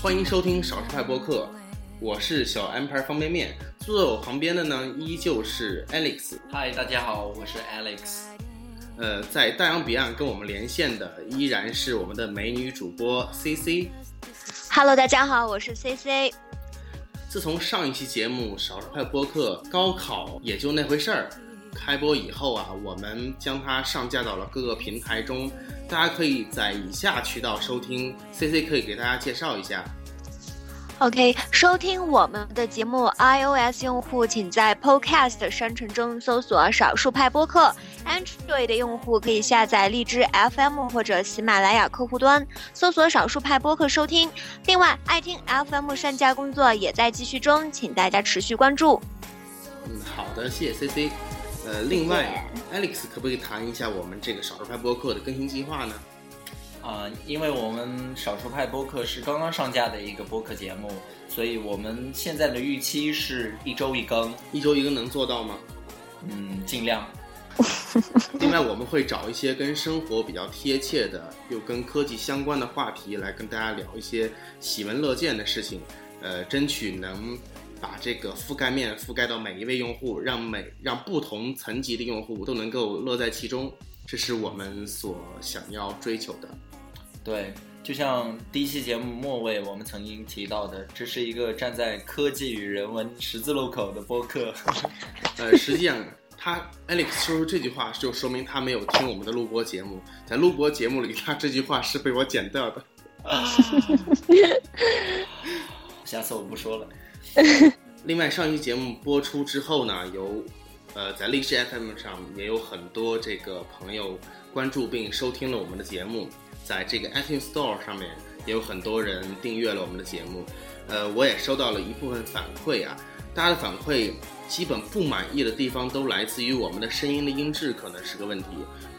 欢迎收听少数派播客，我是小安牌方便面，坐在我旁边的呢依旧是 Alex，嗨，大家好，我是 Alex。呃，在大洋彼岸跟我们连线的依然是我们的美女主播 CC。 Hello，大家好，我是 CC。自从上一期节目《少数派播客》高考也就那回事儿开播以后啊，我们将它上架到了各个平台中，大家可以在以下渠道收听。CC 可以给大家介绍一下。 OK，收听我们的节目，iOS 用户请在 Podcast 商城中搜索“少数派播客”。Android 的用户可以下载荔枝 FM 或者喜马拉雅客户端，搜索“少数派播客”收听。另外，爱听 FM 上架工作也在继续中，请大家持续关注。嗯，好的，谢谢 CC。呃，另外，Alex 可不可以谈一下我们这个少数派播客的更新计划呢？啊、因为我们少数派播客是刚刚上架的一个播客节目，所以我们现在的预期是一周一更，一周一更能做到吗？嗯，尽量。另外，我们会找一些跟生活比较贴切的，又跟科技相关的话题来跟大家聊一些喜闻乐见的事情，呃，争取能把这个覆盖面覆盖到每一位用户，让每让不同层级的用户都能够乐在其中，这是我们所想要追求的。对，就像第一期节目末尾我们曾经提到的，这是一个站在科技与人文十字路口的播客。 呃，实际上他 Alex 说出这句话，就说明他没有听我们的录播节目，在录播节目里，他这句话是被我剪掉的。下次我不说了。另外，上一期节目播出之后呢，有呃在荔枝 FM 上也有很多这个朋友关注并收听了我们的节目，在这个 iTunes Store 上面也有很多人订阅了我们的节目。呃，我也收到了一部分反馈啊，大家的反馈基本不满意的地方都来自于我们的声音的音质可能是个问题，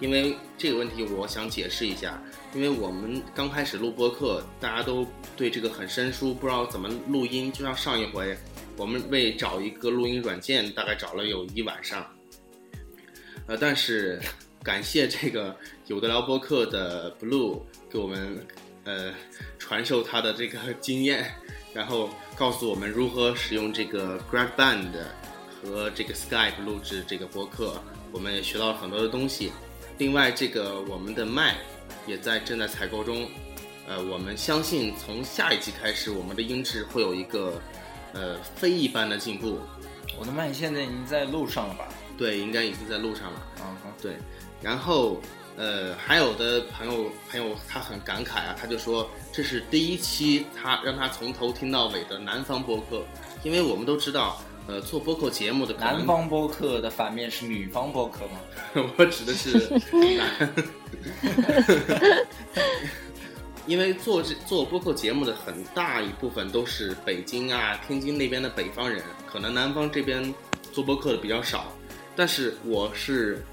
因为这个问题我想解释一下，因为我们刚开始录播客，大家都对这个很生疏，不知道怎么录音，就像上一回。我们为找一个录音软件，大概找了有一晚上。呃，但是感谢这个有的聊播客的 Blue 给我们呃传授他的这个经验，然后告诉我们如何使用这个 GrabBand 和这个 Skype 录制这个播客，我们也学到了很多的东西。另外，这个我们的麦也在正在采购中，呃，我们相信从下一季开始，我们的音质会有一个呃非一般的进步。我的麦现在已经在路上了吧？对，应该已经在路上了。嗯哼，对，然后呃，还有的朋友朋友他很感慨啊，他就说这是第一期他让他从头听到尾的南方播客，因为我们都知道，呃，做播客节目的可能南，方播客的反面是女方播客吗？我指的是南， 因为做这做播客节目的很大一部分都是北京啊、天津那边的北方人，可能南方这边做播客的比较少，但是我是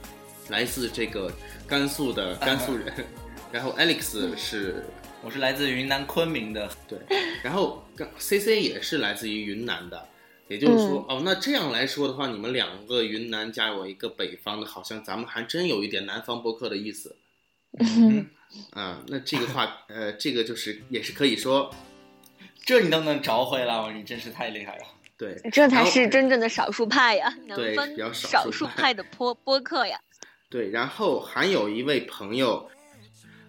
来自这个甘肃的甘肃人， 然后 Alex 是我是来自云南昆明的，对，然后刚 CC 也是来自于云南的，也就是说，哦，那这样来说的话，你们两个云南加我一个北方的，好像咱们还真有一点南方播客的意思。嗯啊、那这个话，呃，这个就是也是可以说，这你都能找回来，哦你真是太厉害了。对，这然才后是真正的少数派呀，南比方较少少数数派派的播播客呀。对，然后还有一位朋友，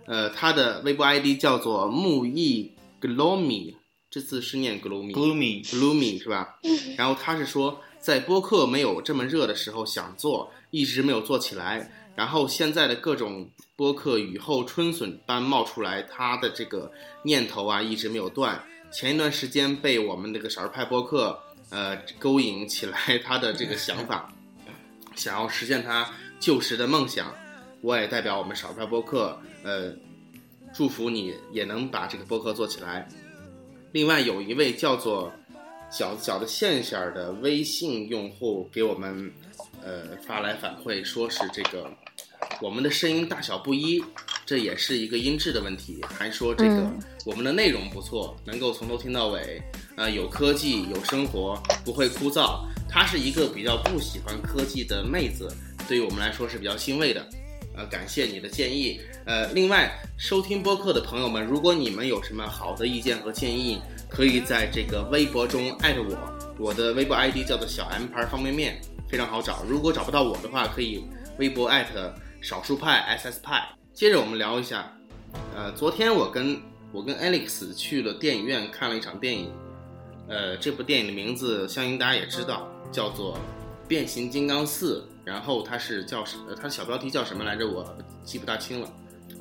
呃，他的微博 ID 叫做木易 gloomy，这次是念 gloomy Gloomy， gloomy 是吧？然后他是说，在播客没有这么热的时候想做，一直没有做起来。然后现在的各种播客雨后春笋般冒出来，他的这个念头啊一直没有断。前一段时间被我们这个少儿派播客呃勾引起来，他的这个想法，想要实现他旧时的梦想。我也代表我们少儿派播客，呃，祝福你也能把这个播客做起来。另外有一位叫做小小的线线儿的微信用户给我们呃发来反馈，说是这个我们的声音大小不一，这也是一个音质的问题，还说这个、嗯我们的内容不错，能够从头听到尾，呃，有科技，有生活，不会枯燥。她是一个比较不喜欢科技的妹子，对于我们来说是比较欣慰的。呃，感谢你的建议。呃，另外，收听播客的朋友们，如果你们有什么好的意见和建议，可以在这个微博中艾特我，我的微博 ID 叫做小 M 牌方便面，非常好找。如果找不到我的话，可以微博艾特少数派 SS 派。接着我们聊一下，呃，昨天我跟我跟 Alex 去了电影院看了一场电影，呃，这部电影的名字相信大家也知道，叫做《变形金刚四》，然后它是叫什？呃它的小标题叫什么来着？我记不大清了。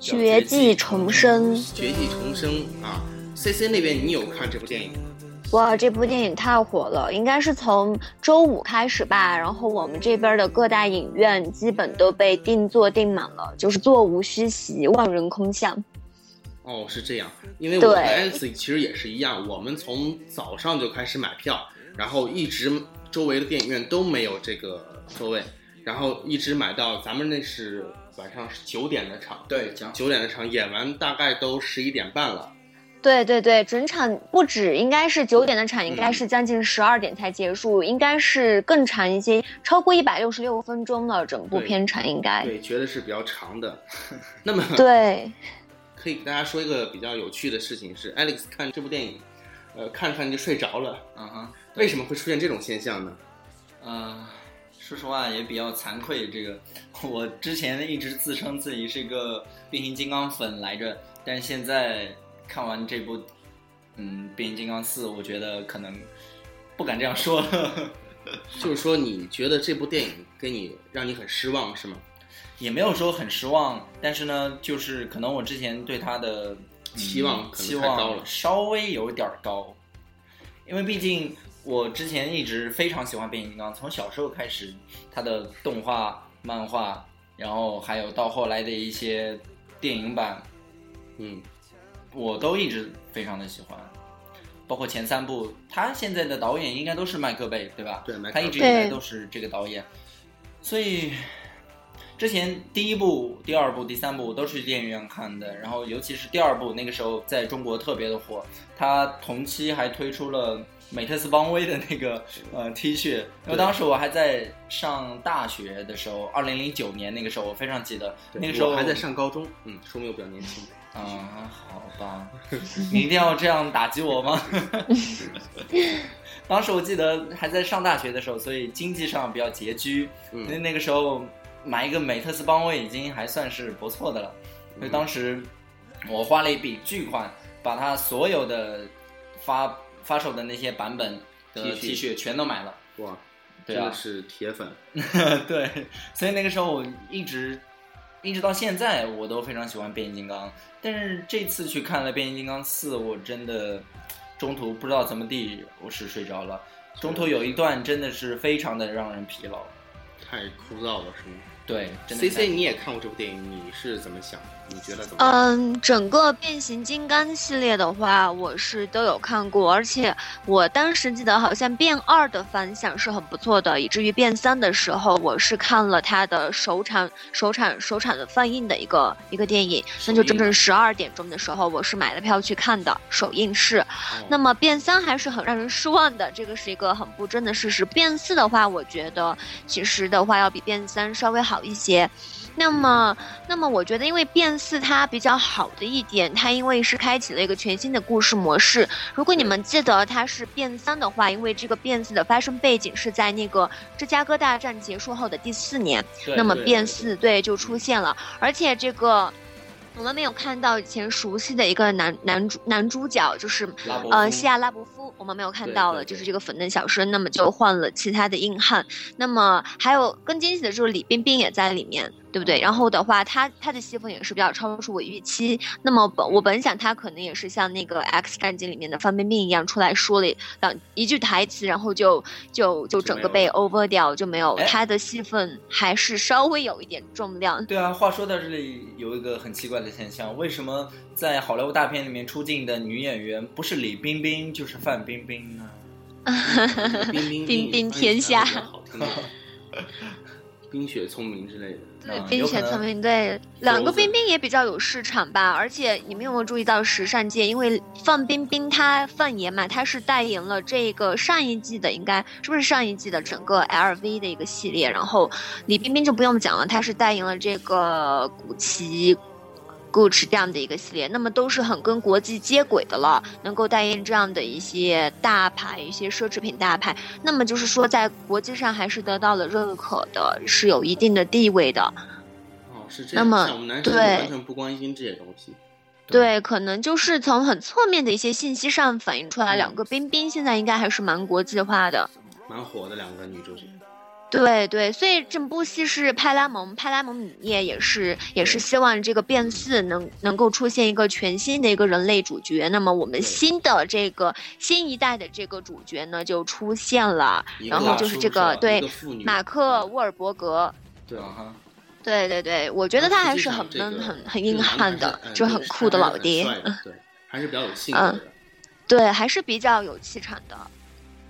叫绝技重生。绝技重生啊！C C 那边你有看这部电影吗？哇，这部电影太火了，应该是从周五开始吧，然后我们这边的各大影院基本都被订座订满了，就是座无虚席，万人空巷。哦，是这样，因为我对和 Alex 其实也是一样，我们从早上就开始买票，然后一直周围的电影院都没有这个座位，然后一直买到咱们那是晚上九点的场，对，讲九点的场演完大概都十一点半了。对对对，整场不止，应该是九点的场，应该嗯是将近十二点才结束，应该是更长一些，超过一百六十六分钟了，整部对片长应该。对，觉得是比较长的。那么对，可以给大家说一个比较有趣的事情是，Alex 看这部电影，呃，看着看着就睡着了。嗯哼，为什么会出现这种现象呢？呃，说实话也比较惭愧，这个我之前一直自称自己是个变形金刚粉来着，但是现在看完这部，嗯，变形金刚四，我觉得可能不敢这样说了。就是说，你觉得这部电影给你让你很失望是吗？也没有说很失望，但是呢，就是可能我之前对他的、嗯期望可期能太高了望稍微有点儿高，因为毕竟我之前一直非常喜欢变形金刚，从小时候开始，他的动画、漫画，然后还有到后来的一些电影版，嗯，我都一直非常的喜欢。包括前三部，他现在的导演应该都是麦克贝，对吧？对，麦克他一直以对来都是这个导演，所以之前第一部、第二部、第三部我都去电影院看的，然后尤其是第二部那个时候在中国特别的火，他同期还推出了美特斯邦威的 那个呃 T 恤，因为对当时我还在上大学的时候，二零零九年那个时候我非常记得，对那个时候我还在，上高中，嗯，说明我比较年 轻。嗯，好 吧，你一定要这样打击我吗？当时我记得还在上大学的时候，所以经济上比较拮据，那嗯，那个时候买一个美特斯邦威已经还算是不错的了，嗯所以当时我花了一笔巨款，把它所有的发发售的那些版本的 T T 恤恤全都买了，哇，对真的啊，是铁粉。 对，所以那个时候我一直一直到现在我都非常喜欢变形金刚，但是这次去看了变形金刚四，我真的中途不知道怎么地我是睡着了，中途有一段真的是非常的让人疲劳，太枯燥了，是吗对，真的？C 是太 C，你也看过这部电影，你是怎么想的？你觉得怎么样？嗯，整个变形金刚系列的话，我是都有看过，而且我当时记得好像变二的反响是很不错的，以至于变三的时候，我是看了它的首场、首场、首场的放映的一个一个电影，那就整整十二点钟的时候，我是买了票去看的首映式。哦那么变三还是很让人失望的，这个是一个很不争的事实。变四的话，我觉得其实的话要比变三稍微好一些。那么，那么我觉得，因为变四它比较好的一点，它因为是开启了一个全新的故事模式。如果你们记得它是变三的话，因为这个变四的发生背景是在那个芝加哥大战结束后的第四年，对那么对变对四对就出现了，而且这个我们没有看到以前熟悉的一个男男主男主角，就是拉伯呃夫西亚拉伯夫，我们没有看嗯对到对了，就对是这个粉嫩小生，那么就换了其他的硬汉，那么还有更惊喜的就是李冰冰也在里面，对不对？然后的话，她她的戏份也是比较超出我预期。那么本我本想她可能也是像那个《X 战警》里面的范冰冰一样，出来说了两一句台词，然后就就就整个被 over 掉，就没有哎她的戏份还是稍微有一点重量。对啊，话说到这里，有一个很奇怪的现象，为什么在好莱坞大片里面出镜的女演员不是李冰冰就是范冰冰呢？哦冰冰 冰冰冰天下好 听点冰雪聪明之类的。对啊，冰有可雪能聪明对两个 Frozen 冰冰也比较有市场吧，而且你们有没有注意到时尚界？因为范冰冰她范爷嘛，她是代言了这个上一季的，应该是不是上一季的整个 LV 的一个系列？然后李冰冰就不用讲了，她是代言了这个古奇。 Gucci 这样的一个系列，那么都是很跟国际接轨的了，能够代言这样的一些大牌、一些奢侈品大牌，那么就是说在国际上还是得到了认可的，是有一定的地位的。哦，是这那样。么像我们男生就对完全不关心这些东西。对，可能就是从很侧面的一些信息上反映出来，嗯两个冰冰现在应该还是蛮国际化的。蛮火的两个女主角，对对，所以整部戏是派拉蒙，派拉蒙影业也是也是希望这个变四能能够出现一个全新的一个人类主角。那么我们对新的这个新一代的这个主角呢就出现了，一然个后大就是叔这是吧个一一对个妇女，嗯马克沃尔伯格，对啊啊，哈，对对对，我觉得他还是很实际上闷、这个很很这个硬男汉的还是，就嗯很对酷的还是老很爹嗯帅。的对，还是比较有对，还性格的，是比较有气场的。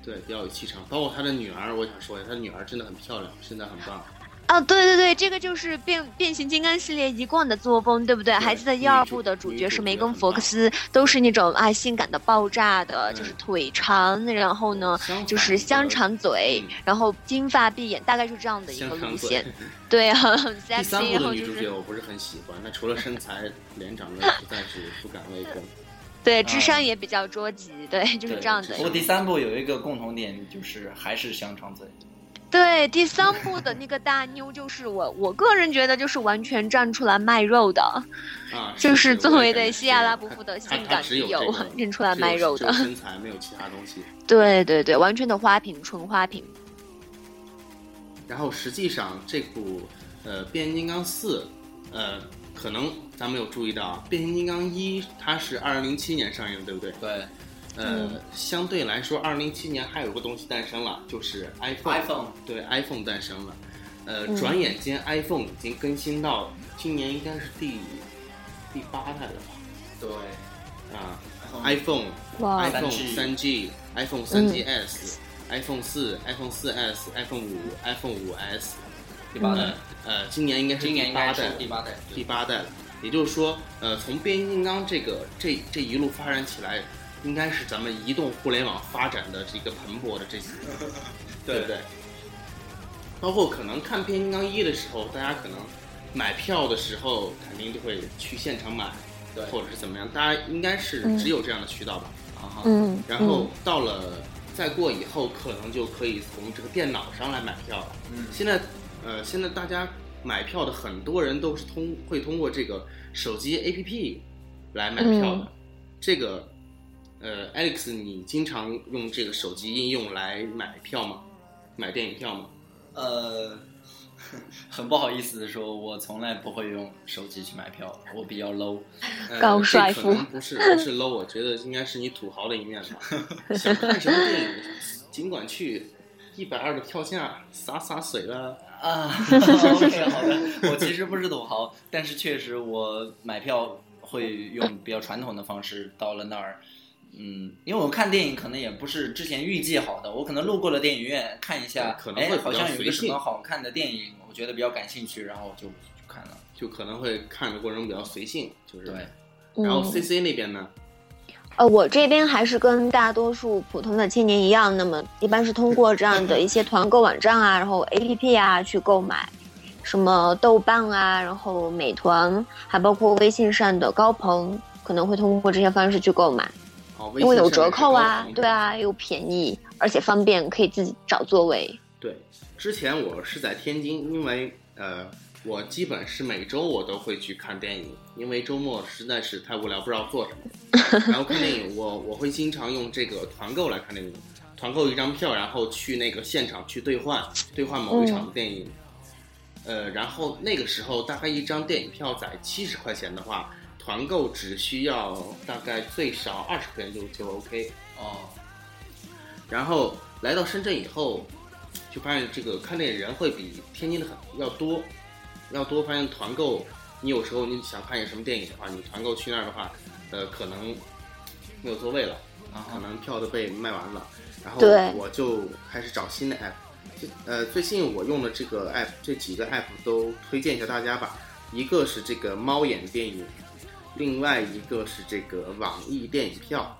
对，比较有气场。包括他的女儿，我想说一下，他女儿真的很漂亮，身材很棒。啊，对对对，这个就是变变形金刚系列一贯的作风，对不对？对还记得女一二主部的主女角主是梅角根·很福克棒斯，都是那种啊性感的爆炸的，就是嗯腿长，然后呢相反就是香肠嘴嗯，然后金发碧眼，大概就是这样的一香个肠路嘴线。。对，很很 第 sexy，三部然的后女就主是角我不是很喜欢，那除了身材、脸长得实在是不敢为 过。对啊智商也比较捉急，对，就是对这样智的不过第三部有一个共同点，就是还是香肠嘴。对第三部的那个大妞，就是我我个人觉得就是完全站出来卖肉的，啊，就是作为的的西亚拉伯夫的他性他感只女有友这个，认出来只有卖肉只的有。身材没有其他东西。对对对，完全的花瓶，纯花瓶。然后实际上这部呃《变形金刚四》，呃，可能咱们有注意到啊，《变形金刚一》它是二零零七年上映的，对不对？对呃，嗯相对来说，二零零七年还有个东西诞生了，就是 iPhone。 ，iPhone 对 iPhone 诞生了，呃，嗯转眼间 iPhone 已经更新到今年应该是第第八代了对吧？啊 i ，iPhone、哇 iPhone 3G 三 G、iPhone 三 GS、iPhone 四、iPhone 四 S、iPhone 五、iPhone 五 S，第八代呃，呃，今年应该是今年第应八该代是了第八代，第八代了。也就是说，呃，从变形金刚这个这这一路发展起来，应该是咱们移动互联网发展的这个蓬勃的这几年，对不对？包括可能看变形金刚一的时候，大家可能买票的时候肯定就会去现场买，对或者是怎么样，大家应该是嗯只有这样的渠道吧。啊哈，嗯，然后到了再过以后，可能就可以从这个电脑上来买票了。嗯现在呃，现在大家买票的很多人都是通会通过这个手机 APP 来买票的。嗯这个呃，Alex，你经常用这个手机应用来买票吗？买电影票吗？呃， 很不好意思的说，我从来不会用手机去买票，我比较 low。呃高这帅可富能不是不是 low，我觉得应该是你土豪的一面 吧。想看什么电影，尽管去一百二的票价洒洒水了。啊，OK，好的。 我其实不是土豪，但是确实我买票会用比较传统的方式。到了那儿，嗯，因为我看电影可能也不是之前预计好的，我可能路过了电影院看一下，可能哎会，比好较像有一随个什么性好看的电影，我觉得比较感兴趣，然后我就去看了。就可能会看的过程中比较随性，就是对。，然后嗯 C C 那边呢，呃，我这边还是跟大多数普通的青年一样，那么一般是通过这样的一些团购网站啊，然后 APP 啊去购买，什么豆瓣啊，然后美团，还包括微信上的高朋，可能会通过这些方式去购买，哦，微因信为有上面折是扣高啊仿，对，啊，又便宜，而且方便，可以自己找座位。对。之前我是在天津，因为呃，我基本是每周我都会去看电影，因为周末实在是太无聊，不知道做什么。然后看电影，我我会经常用这个团购来看电影，团购一张票，然后去那个现场去兑换，兑换某一场的电影。呃，然后那个时候大概一张电影票在七十块钱的话，团购只需要大概最少二十块钱就就 OK。哦，然后来到深圳以后，就发现这个看电影人会比天津的很要多，要多。发现团购，你有时候你想看一个什么电影的话，你团购去那儿的话，呃，可能没有座位了，然可后能票都被卖完了。然后对啊我就开始找新的 app，最呃，最近我用的这个 app，这几个 app 都推荐一下大家吧。一个是这个猫眼电影，另外一个是这个网易电影票。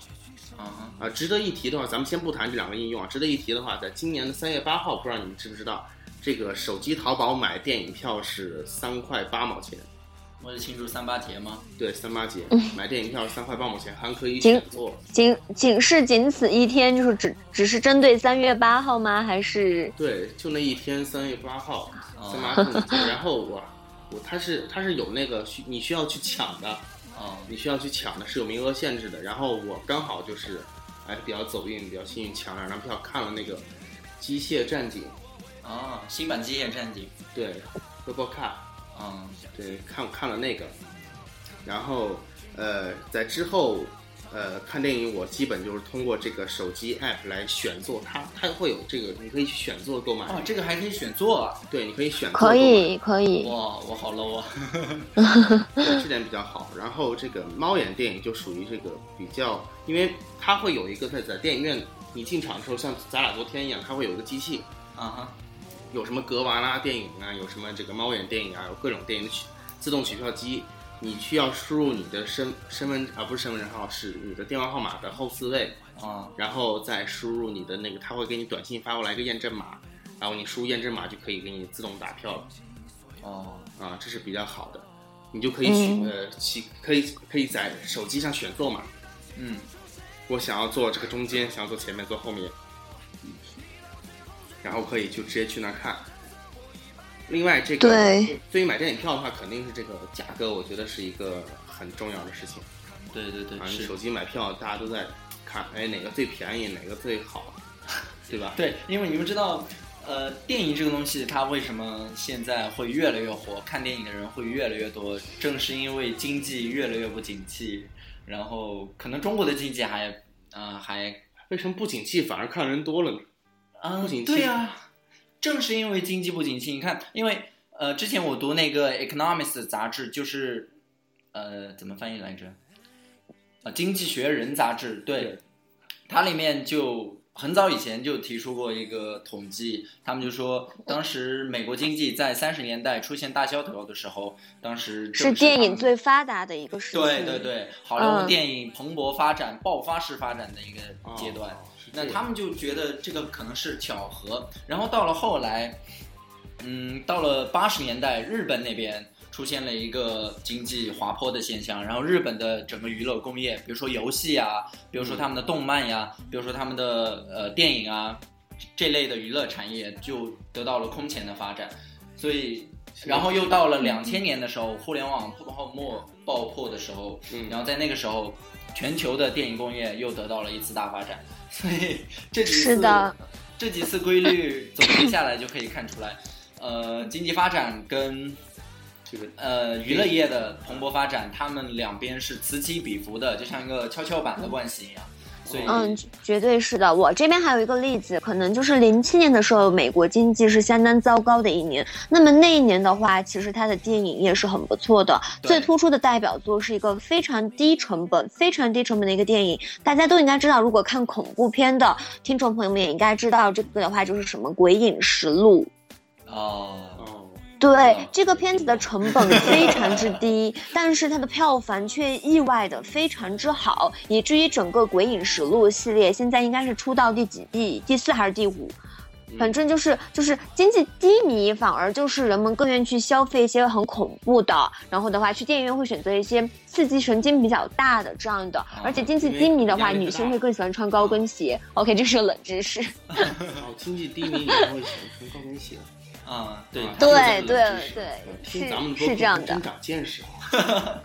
啊啊，值得一提的话，咱们先不谈这两个应用啊。值得一提的话，在今年的三月八号，不知道你们知不知道，这个手机淘宝买电影票是三块八毛钱，哈为了庆祝三八节吗？对，三八节买电影票三块八毛钱，还可以行选座。仅仅是仅此一天，就是只只是针对三月八号吗？还是对，就那一天，三月八号，哦三八妇女节。然后我，我他是他是有那个需你需要去抢的，哦，你需要去抢的，是有名额限制的。然后我刚好就是，哎，比较走运，比较幸运，抢了两张票，看了那个《机械战警》，哦，新版《机械战警》对，RoboCop，嗯，对，看看了那个，然后呃，在之后呃看电影，我基本就是通过这个手机 app 来选座，它它会有这个，你可以去选座购买，哦，这个还可以选座啊！对，你可以选座可购买以可以？哇，我好 low 啊！ 对这点比较好。然后这个猫眼电影就属于这个比较，因为它会有一个在在电影院你进场的时候，像咱俩昨天一样，它会有一个机器，啊哈，有什么格瓦拉电影啊，有什么这个猫眼电影啊，有各种电影的取自动取票机，你需要输入你的身身份啊不是身份证号，是你的电话号码的后四位，啊然后再输入你的那个，它会给你短信发过来一个验证码，然后你输入验证码就可以给你自动打票了。哦，啊，这是比较好的，你就可以选、嗯呃其可以可以在手机上选座嘛。嗯，我想要坐这个中间，想要坐前面，坐后面，然后可以就直接去那儿看。另外，这个对对于买电影票的话，肯定是这个价格，我觉得是一个很重要的事情对对啊。对，你是手。机买票，大家都在看，哎，哪个最便宜，哪个最 好，对吧？对，因为你们知道，呃，电影这个东西它为什么现在会越来越火，看电影的人会越来越多，正是因为经济越来越不景气，然后可能中国的经济还啊、还为什么不景气反而看的人多了呢？啊，不景气对呀、正是因为经济不景气，你看，因为呃，之前我读那个《Economist》杂志，就是呃，怎么翻译来着？啊，《经济学人》杂志，对对，它里面就很早以前就提出过一个统计，他们就说，当时美国经济在三十年代出现大萧条的时候，当时正是电他影们最发达的一个时期。对对对，好莱坞嗯电影蓬勃发展、爆发式发展的一个哦阶段。是这那样他们就觉得这个可能是巧合，然后到了后来，嗯，到了八十年代，日本那边出现了一个经济滑坡的现象，然后日本的整个娱乐工业，比如说游戏啊，比如说他们的动漫呀、比如说他们的呃电影啊这类的娱乐产业就得到了空前的发展，所以。然后又到了两千年的时候，互联网泡沫爆破的时候，嗯然后在那个时候，全球的电影工业又得到了一次大发展。所以这几次是的这几次规律总结下来就可以看出来，呃，经济发展跟这个呃娱乐业的蓬勃发展，它们两边是此起彼伏的，就像一个跷跷板的关系一样。所以，嗯，绝对是的。我这边还有一个例子，可能就是零七年的时候，美国经济是相当糟糕的一年。那么那一年的话，其实它的电影业是很不错的。对最突出的代表作是一个非常低成本、非常低成本的一个电影，大家都应该知道。如果看恐怖片的听众朋友们也应该知道，这个的话就是什么《鬼影实录》。哦，哦，对这个片子的成本非常之 低，但是它的票房却意外的非常之好，以至于整个《鬼影实录》系列现在应该是出到第几第第四还是第五？嗯反正就是就是经济低迷，反而就是人们更愿意去消费一些很恐怖的，然后的话去电影院会选择一些刺激神经比较大的这样的，而且经济低迷的话，哦因女为压力大性会更喜欢穿高跟鞋。OK，这是个冷知识。哦，经济低迷你还会想穿高跟鞋。啊，对啊，它对是这个 对知识对，听是咱们的播客是这样的真。长见识啊。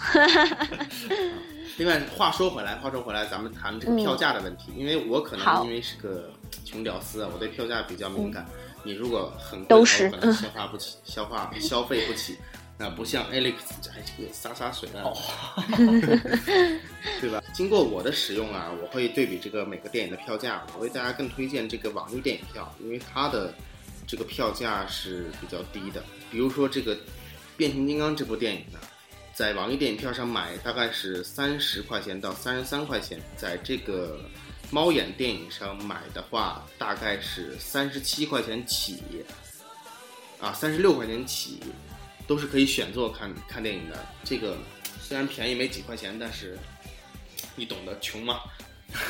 另外，话说回来，话说回来，咱们谈这个票价的问题，因为我可嗯能好嗯因为是个穷屌丝啊，我对票价比较敏感。你如果很贵都的话，是嗯我可能消化不起，消化消费不起。那不像 Alex 这还这个洒洒水 啊，对吧？经过我的使用啊，我会对比这个每个电影的票价，我为大家更推荐这个网易电影票，因为它的这个票价是比较低的。比如说这个《变形金刚》这部电影呢，在网易电影票上买大概是三十块钱到三十三块钱，在这个猫眼电影上买的话，大概是三十七块钱起，啊，三十六块钱起，都是可以选座看看电影的。这个虽然便宜没几块钱，但是你懂得，穷嘛。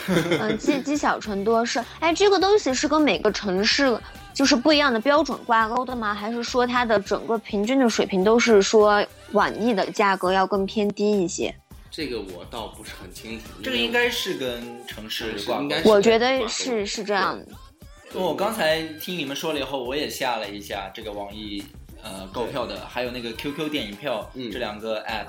嗯，积积小成多是，哎，这个东西是跟每个城市就是不一样的标准挂钩的吗？还是说它的整个平均的水平都是说网易的价格要更偏低一些？这个我倒不是很清楚。这个应该是跟城市是挂应钩该。我觉得是是这样的。因为我刚才听你们说了以后，我也下了一下这个网易呃购票的，还有那个 QQ 电影票、嗯这两个 app。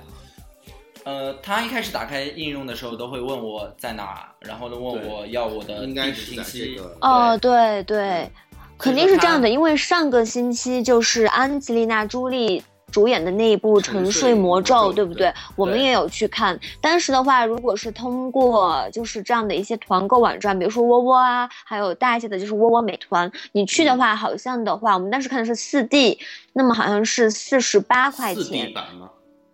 呃，他一开始打开应用的时候都会问我在哪，然后呢问对我要我的应地该址是信在息这。个哦，对嗯对，肯定是这样它的，因为上个星期就是安吉丽娜·朱莉。主演的那一部《沉沉睡睡魔魔咒》，咒对不对？对我们对也有去看。当时的话，如果是通过就是这样的一些团购网站，比如说窝窝啊，还有大一些的就是窝窝美团，你去嗯的话，好像的话，我们当时看的是四 D，那么好像是四十八块四 D 钱。版吗？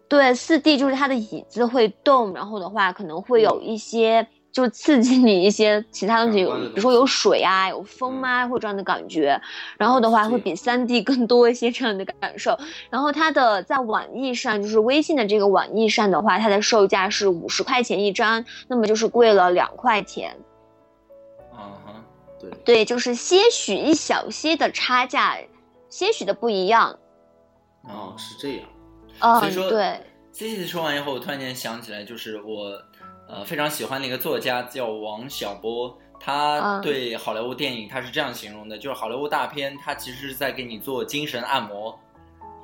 对，四 D 就是它的椅子会动，然后的话可能会有一些就刺激你一些其他东西，嗯感有官的比如东说西嗯有水啊、有风啊，或者这样的感觉。然后的话是会比三 D 更多一些这样的感受。然后它的在网易上，就是微信的这个网易上的话，它的售价是五十块钱一张，那么就是贵了两块钱。嗯啊哈，对，对，就是些许一小些的差价，些许的不一样。哦，是这样。嗯所以，说对， C C 说完以后，我突然间想起来，就是我呃非常喜欢的一个作家叫王小波，他嗯对好莱坞电影他是这样形容的，就是好莱坞大片，他其实是在给你做精神按摩。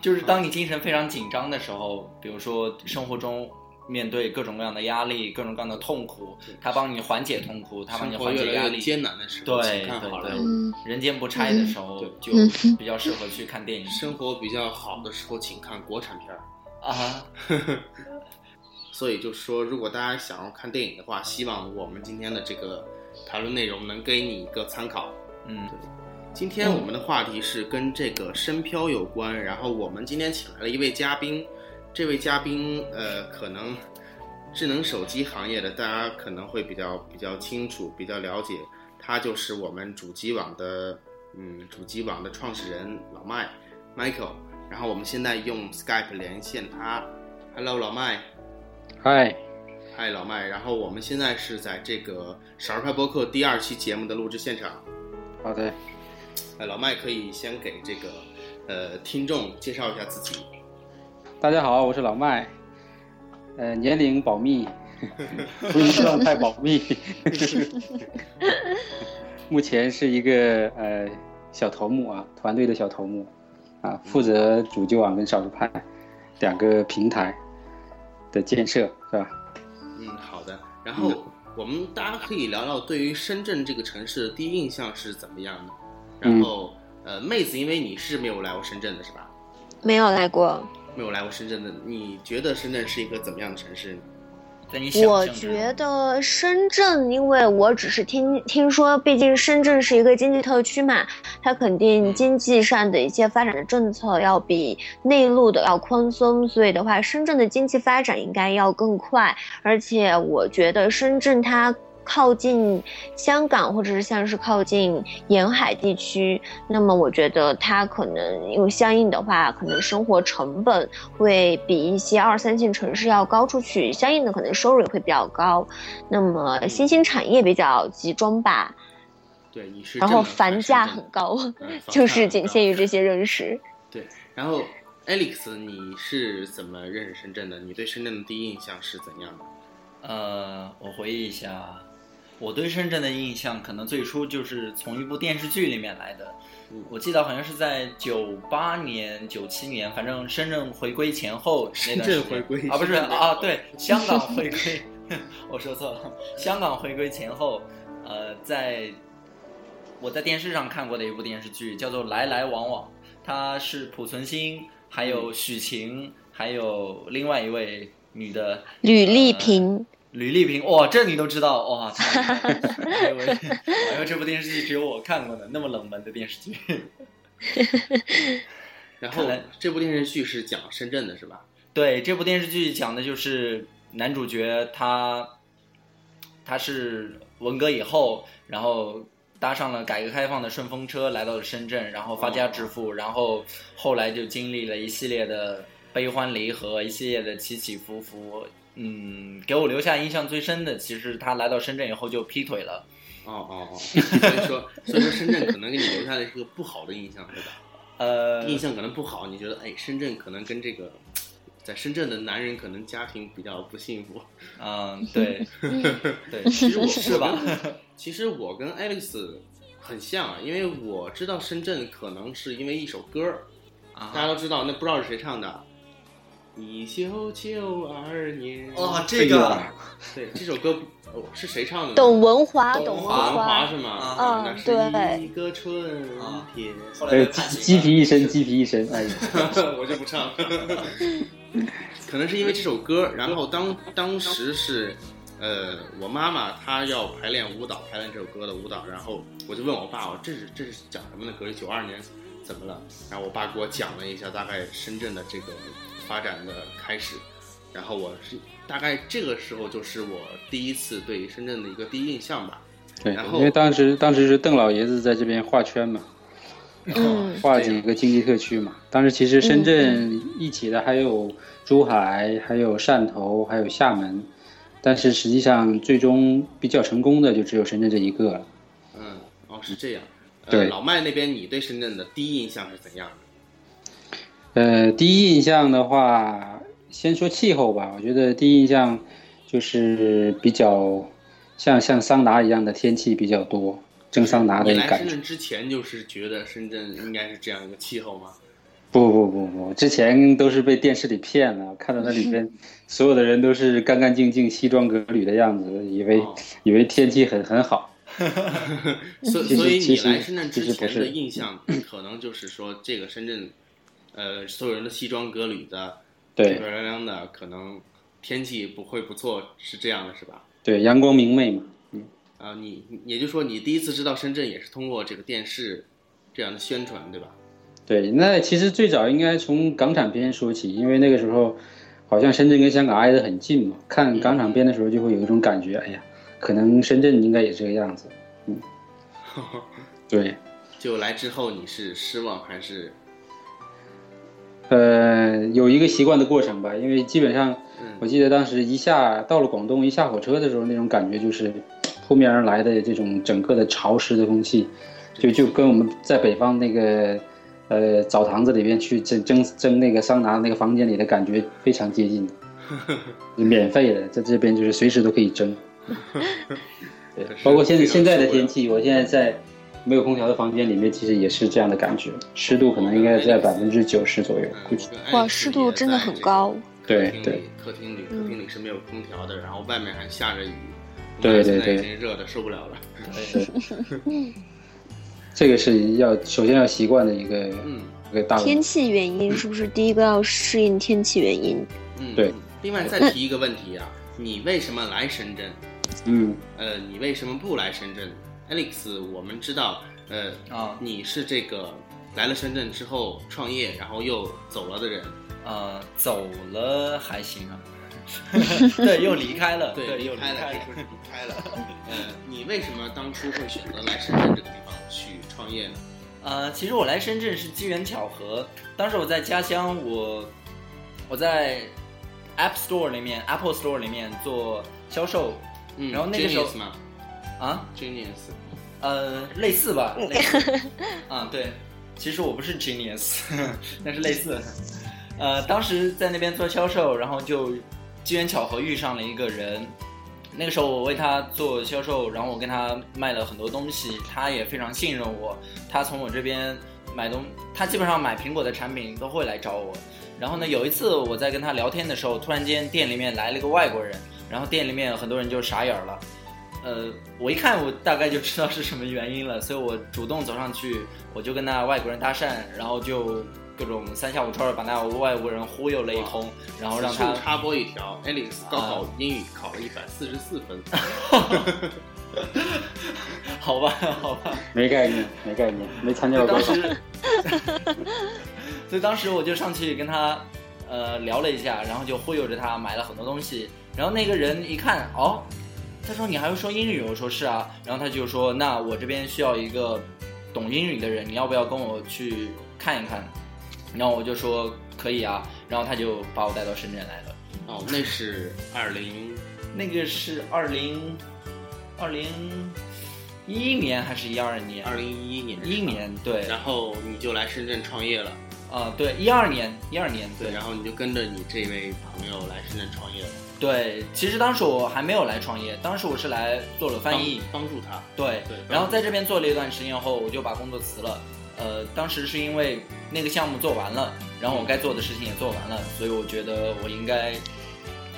就是当你精神非常紧张的时候，比如说生活中面对各种各样的压力、各种各样的痛苦，他帮你缓解痛苦，他帮你生活缓越解压来力越。艰难的时候，对请看好莱对坞；嗯。人间不拆的时候嗯，就 比较适合去看电影。生活比较好的时候，请看国产片儿。啊， 所以就是说，如果大家想要看电影的话，希望我们今天的这个谈论内容能给你一个参考。嗯，今天我们的话题是跟这个深漂有关，然后我们今天请来了一位嘉宾，这位嘉宾呃，可能智能手机行业的大家可能会比较比较清楚、比较了解，他就是我们主机网的嗯主机网的创始人老麦 Michael，然后我们现在用 Skype 连线他，Hello 老麦。嗨，嗨，老麦，然后我们现在是在这个少儿派播客第二期节目的录制现场。好的，呃，老麦可以先给这个呃听众介绍一下自己。大家好，我是老麦，呃，年龄保 密，不宜状态保 密，目前是一个呃小头目啊，团队的小头目啊，负责主机网跟少数派两个平台的建设，是吧？嗯，好的。然嗯后我们大家可以聊聊对于深圳这个城市的第一印象是怎么样的。嗯然后、呃，妹子，因为你是没有来过深圳的是吧？没有来过，没有来过深圳的，你觉得深圳是一个怎么样的城市呢？在你我想象觉中，得深圳，因为我只是听听说，毕竟深圳是一个经济特区嘛，它肯嗯定经济上的一些发展的政策要比内陆的要宽松，所以的话，深圳的经济发展应该要更快。而且我觉得深圳它靠近香港，或者是像是靠近沿海地区，那么我觉得它可能有相应的话，可能生活成本会比一些二三线城市要高出去，相应的可能收入也会比较高。那么新兴产业比较集中吧，对，你是然这后么来房价深圳很的，高嗯，就是仅限于。于这些认识。然后 Alex，你是怎么认识深圳的？你对深圳的第一印象是怎样的？呃，我回忆一下，我对深圳的印象可能最初就是从一部电视剧里面来的。嗯我记得好像是在九八年、九七年，反正深圳回归前后那段时深圳间回归啊，不是深圳啊，对，香港回归， 我说错了，香港回归前后，呃，在我在电视上看过的一部电视剧叫做《来来往往》，它是濮存昕，还有许晴，还有另外一位女的呃吕丽萍，吕丽萍，哇，这你都知道，哇，太厉害了我还以为 我还以为这部电视剧只有我看过呢，那么冷门的电视剧。 然后看来这部电视剧是讲深圳的是吧？对，这部电视剧讲的就是男主角他他是文革以后，然后搭上了改革开放的顺风车，来到了深圳，然后发家致富，然后后来就经历了一系列的悲欢离合，一系列的起起伏伏。嗯，给我留下印象最深的，其实他来到深圳以后就劈腿了，哦哦 哦，所以说所以说深圳可能给你留下的是个不好的印象，对吧？呃，印象可能不好，你觉得哎，深圳可能跟这个，在深圳的男人可能家庭比较不幸 福。嗯，对，对，其 实我是吧？其实我跟 Alex 很像啊，因为我知道深圳可能是因为一首歌儿，大家啊，都知道，那不知道是谁唱的。一九九二年，哦，这这个个对，这首歌不哦是谁唱的呢？董文华，董董董文华华，是吗？嗯啊那对是一个春天。后来呃，被判刑鸡了鸡 皮一身，鸡皮一身，哎，我就不唱。可能是因为这首歌，然后当当时是，呃，我妈妈她要排练舞蹈，排练这首歌的舞蹈，然后我就问我爸，我这是这是讲什么的歌？九二年怎么了？然后我爸给我讲了一下大概深圳的这个发展的开始，然后我是大概这个时候就是我第一次对深圳的一个第一印象吧。对然，后因为当时当时是邓老爷子在这边画圈嘛，嗯画几个经济特区嘛。当时其实深圳一起的还有珠海，还有汕头，还有厦门，但是实际上最终比较成功的就只有深圳这一个了。 嗯，哦，是这样。呃对老麦那边你对深圳的第一印象是怎样的？呃，第一印象的话，先说气候吧。我觉得第一印象就是比较像像桑拿一样的天气比较多，蒸桑拿的你来感深觉。圳之前就是觉得深圳应该是这样一个气候吗？不不不不，之前都是被电视里骗了，看到那里边所有的人都是干干净净、西装革履的样子，以为、哦 以为天气很很好。所其实所以其你实来深圳其之实不前的是印象，可能就是说这个深圳，呃，所有人的西装革履的，漂对漂亮亮的，可能天气不会不错，是这样的，是吧？对，阳光明媚嘛。啊、你你也就是说你第一次知道深圳也是通过这个电视这样的宣传，对吧？对，那其实最早应该从港产片说起，因为那个时候好像深圳跟香港挨得很近嘛。看港产片的时候，就会有一种感觉，哎呀，可能深圳应该也这个样子。嗯，对，就来之后你是失望还是呃，有一个习惯的过程吧，因为基本上我嗯记得当时一下到了广东，一下火车的时候，那种感觉就是扑面而来的这种整个的潮湿的空气，就就跟我们在北方那个呃澡堂子里边去蒸蒸蒸那个桑拿那个房间里的感觉非常接近， 免费的，在这边就是随时都可以 蒸。对可，是包括现非在常现在的受不了天气，我现在在没有空调的房间里面，其实也是这样的感觉，湿度可能应该在百分之九十左右，估计。嗯哇，湿度真的很。高。我跟 Alex 对也在这个客厅里客厅对，里，客嗯厅里是没有空调的，然后外面还下着雨，对对我们现在已对经热的受不了了。对， 这个是要首先要习惯的一个嗯一个大问天题。气原因是不是第一个要适应天气原因？嗯，对。另外再提一个问题啊，你为什么来深圳？嗯，呃，你为什么不来深圳？Alex，我们知道，呃，啊你是这个来了深圳之后创业，然后又走了的人，啊，走了还 行啊，对，又离开了，离又离开开了，了这。不是 离开了。呃，你为什么当初会选择来深圳这个地方去创业呢？呃，其实我来深圳是机缘巧合。当时我在家乡，我我在 App Store 里面，Apple Store 里面做销售嗯，然后那个时候 Genius 嘛啊， ，Genius，呃，类似吧，类似 啊，对，其实我不是 genius，但 是类似。呃，当时在那边做销售，然后就机缘巧合遇上了一个人。那个时候我为他做销售，然后我跟他卖了很多东西，他也非常信任我。他从我这边买东，他基本上买苹果的产品都会来找我。然后呢，有一次我在跟他聊天的时候，突然间店里面来了个外国人，然后店里面很多人就傻眼儿了。呃，我一看我大概就知道是什么原因了，所以我主动走上去，我就跟那外国人搭讪，然后就各种三下五除二把那外国人忽悠了一通，然后让此他处插播一条，Alex 高考啊英语考了一百四十四分， 好吧，好吧，没概念，没概念，没参加过当高考。时， 所以当时我就上去跟他呃聊了一下，然后就忽悠着他买了很多东西。然后那个人一看，哦，他说你还会说英语？我说是啊。然后他就说，那我这边需要一个懂英语的人，你要不要跟我去看一看？然后我就说可以啊。然后他就把我带到深圳来了。哦，那是二零那个是二零二零一一年还是一二年？二零一一年，一年对，啊、然后你就来深圳创业了，对，一二年，一二年对，然后你就跟着你这位朋友来深圳创业了，对，其实当时我还没有来创业，当时我是来做了翻译，帮帮助他，对，对然后在这边做了一段时间后，我就把工作辞了。呃，当时是因为那个项目做完了，然后我该做的事情也做完了，所以我觉得我应该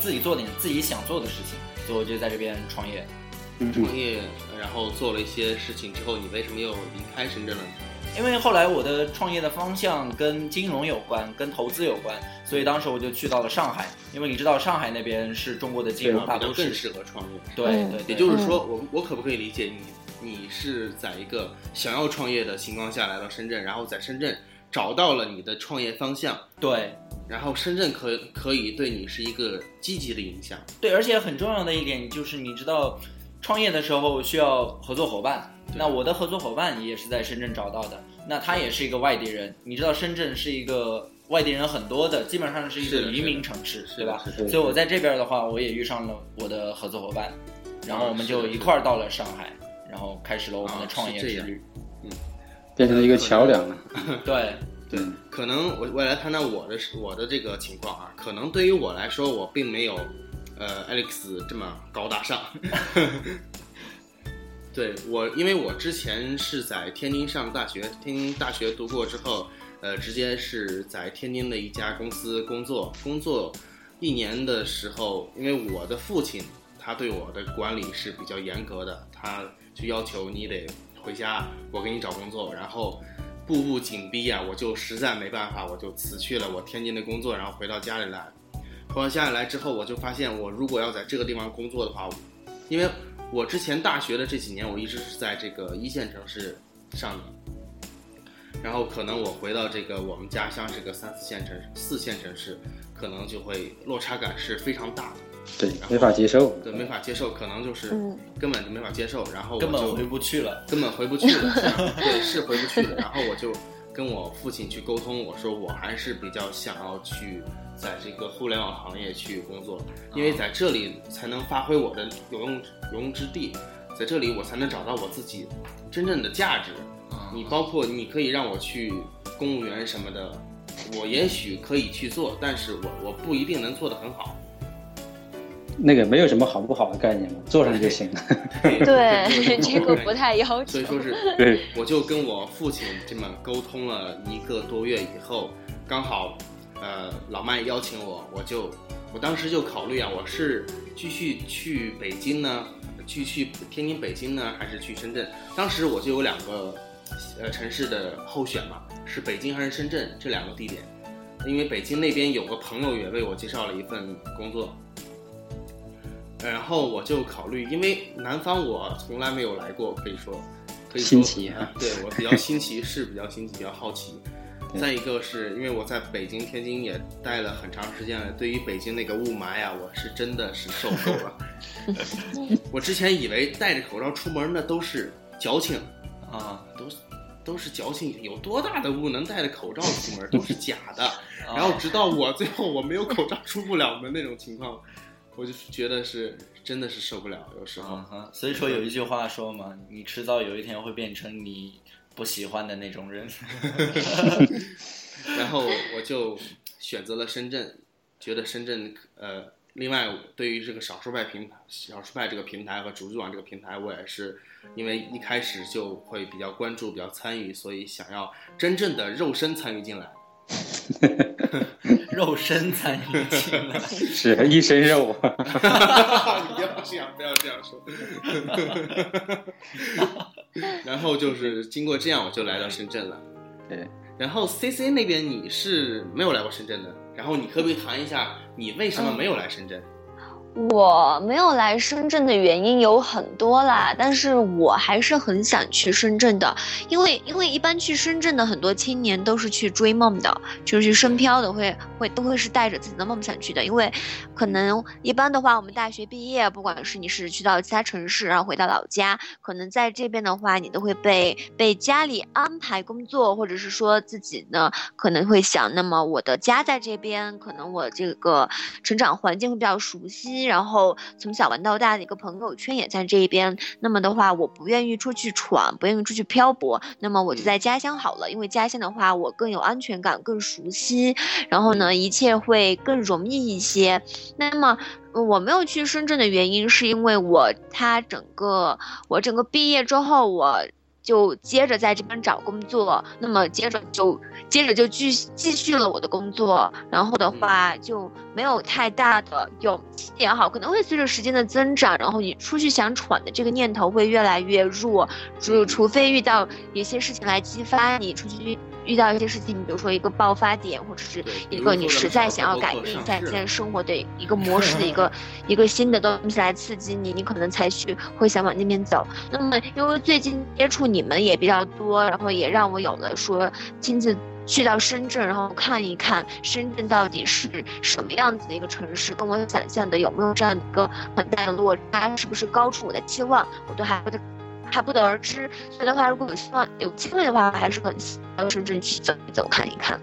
自己做点自己想做的事情，所以我就在这边创业。嗯创业，然后做了一些事情之后，你为什么又离开深圳了呢？因为后来我的创业的方向跟金融有关，跟投资有关，所以当时我就去到了上海，因为你知道上海那边是中国的金融大啊比较都更市，适合创业。对嗯对，也对就是说，我我可不可以理解你，你是在一个想要创业的情况下来到深圳，然后在深圳找到了你的创业方向，对然后深圳可可以对你是一个积极的影响。对，而且很重要的一点就是，你知道，创业的时候需要合作伙伴。对那我的合作伙伴也是在深圳找到的，那他也是一个外地人。你知道，深圳是一个外地人很多的，基本上是一是个的移是民的城市，是对的吧？是的对所以我在这边的话，我也遇上了我的合作伙伴，然后我们是就啊的一块儿到了上海，然后开始了我们的啊创是业这之样 旅。变成了一个桥梁了。对，对，可能我我来谈谈我的我的这个情况啊，可能对于我来说，我并没有呃 Alex 这么高大上。 对我，因为我之前是在天津上大学，天津大学读过之后，呃，直接是在天津的一家公司工作，工作一年的时候，因为我的父亲他对我的管理是比较严格的，他就要求你得回家，我给你找工作，然后步步紧逼啊，我就实在没办法，我就辞去了我天津的工作，然后回到家里来。回到家里来之后，我就发现，我如果要在这个地方工作的话，因为我之前大学的这几年，我一直是在这个一线城市上的，然后可能我回到这个我们家乡这个三四线城市、四线城市，可能就会落差感是非常大的，对，没法接受。对，没法接受，可能就是嗯根本就没法接受，然后我根本就回不去了。根本回不去了，这样对，是回不去了。然后我就跟我父亲去沟通，我说我还是比较想要去在这个互联网行业去工作，因嗯为在这里才能发挥我的有用有用之地，在这里我才能找到我自己真正的价值。嗯你包括你可以让我去公务员什么的，我也许可以去做，但是我我不一定能做得很好。 那个没有什么好不好的概念了，做上就行了。 对，这这个个我不太要求所以。说是对， 我就跟我父亲这么沟通了一个多月以后，刚好，呃，老麦邀请我，我就，我当时就考虑啊，我是继续去北京呢，继续天津、北京呢，还是去深圳？当时我就有两个，呃，城市的候选嘛，是北京还是深圳这两个地点，因为北京那边有个朋友也为我介绍了一份工作。然后我就考虑，因为南方我从来没有来过，可以说，可以说新奇啊对我比较新奇，是比较新奇，比较好奇。 对再一个是因为我在北京、天津也待了很长时间了，对于北京那个雾霾啊，我是真的是受够了。我之前以为戴着口罩出门那都是矫情，啊都是都是矫情，有多大的雾能戴着口罩出门，都是假的。然后直到我最后我没有口罩出不了门那种情况，我就觉得是真的是受不了，有时候。嗯哼，所以说有一句话说嘛，你迟早有一天会变成你不喜欢的那种 人。然后我就选择了深圳，觉得深圳呃，另外对于这个少数派平台、少数派这个平台和逐字网这个平台，我也是因为一开始就会比较关注、比较参与，所以想要真正的肉身参与进来。肉身参与进来， 是一身肉啊。你不要这样，不要这样说。 然后就是经过这样，我就来到深圳了。对，然后 C C 那边你是没有来过深圳的，然后你可不可以谈一下你为什么嗯没有来深圳？我没有来深圳的原因有很多啦，但是我还是很想去深圳的，因为因为一般去深圳的很多青年都是去追梦的，就是去深漂的，会会都会是带着自己的梦想去的，因为可能一般的话，我们大学毕业，不管是你是去到其他城市，然后回到老家，可能在这边的话，你都会被被家里安排工作，或者是说自己呢可能会想，那么我的家在这边，可能我这个成长环境会比较熟悉，音，然后从小玩到大的一个朋友圈也在这一边。那么的话，我不愿意出去闯，不愿意出去漂泊，那么我就在家乡好了，因为家乡的话我更有安全感，更熟悉，然后呢一切会更容易一些。那么我没有去深圳的原因，是因为我他整个我整个毕业之后我。就接着在这边找工作，那么接着就接着就继继续了我的工作，然后的话就没有太大的勇气也好，可能会随着时间的增长，然后你出去想闯的这个念头会越来越弱，除除非遇到一些事情来激发你出去遇到一些事情，比如说一个爆发点，或者是一个你实在想要改变一下你现在生活的一个模式的一个一个新的东西来刺激你，你可能才去会想往那边走。那么因为最近接触你们也比较多，然后也让我有了说亲自去到深圳，然后看一看深圳到底是什么样子的一个城市，跟我想象的有没有这样一个很大的落差，是不是高出我的期望，我都还不得还不得而知。所以的话，如果有希望有机会的话，我还是很希望到深圳去走一走看一看。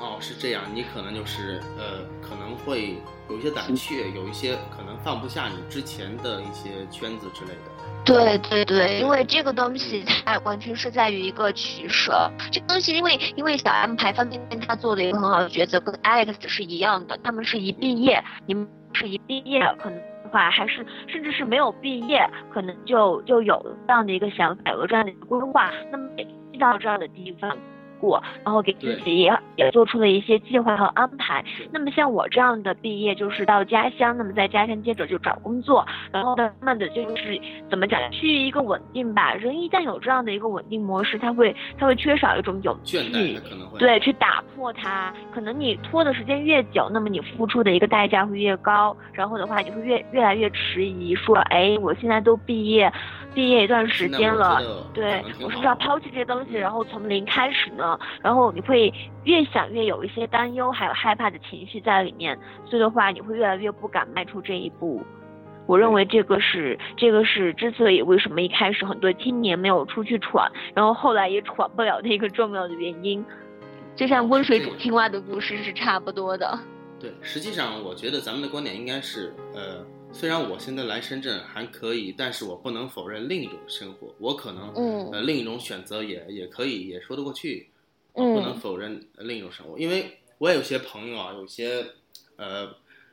哦，是这样，你可能就是呃，可能会有一些胆怯，有一些可能放不下你之前的一些圈子之类的。对对对，因为这个东西它完全是在于一个取舍。这个东西因为因为小 M 牌方便面他做的一个很好的抉择，跟 Alex 是一样的，他们是一毕业，你们是一毕业，可能的话还是甚至是没有毕业，可能就就有这样的一个想法，有这样的一个规划，那么遇到这样的地方。过，然后给自己也也做出了一些计划和安排。那么像我这样的毕业，就是到家乡，那么在家乡接着就找工作，然后慢慢的就是怎么讲，趋于一个稳定吧。人一旦有这样的一个稳定模式，他会他会缺少一种勇倦气，怠可能会对，去打破它。可能你拖的时间越久，那么你付出的一个代价会越高，然后的话你会越越来越迟疑，说，哎，我现在都毕业，毕业一段时间了，对我是不是要抛弃这些东西，然后从零开始呢？然后你会越想越有一些担忧，还有害怕的情绪在里面，所以的话，你会越来越不敢迈出这一步。我认为这个是，这个是之所以为什么一开始很多青年没有出去闯，然后后来也闯不了的一个重要的原因。就像温水煮青蛙的故事是差不多的。对，实际上我觉得咱们的观点应该是，呃，虽然我现在来深圳还可以，但是我不能否认另一种生活，我可能，嗯，呃，另一种选择也也可以，也说得过去。呃嗯，不能否认另一种生活，因为我也有些朋友啊，有些呃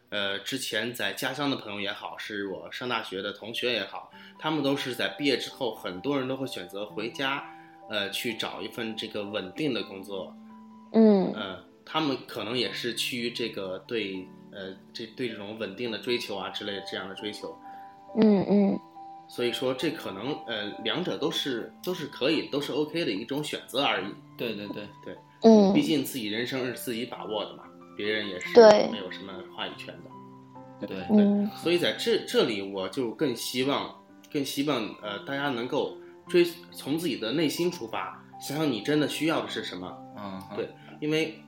呃，之前在家乡的朋友也好，是我上大学的同学也好，他们都是在毕业之后，很多人都会选择回家，呃，去找一份这个稳定的工作。嗯呃，他们可能也是趋于这个对呃这对这种稳定的追求啊之类的这样的追求，嗯嗯所以说这可能呃两者都是都是可以都是 OK 的一种选择而已。对对对，嗯毕竟自己人生是自己把握的嘛，别人也是对没有什么话语权的。对，嗯所以在这这里，我就更希望，更希望呃大家能够追从自己的内心出发，想想你真的需要的是什么。嗯，对因为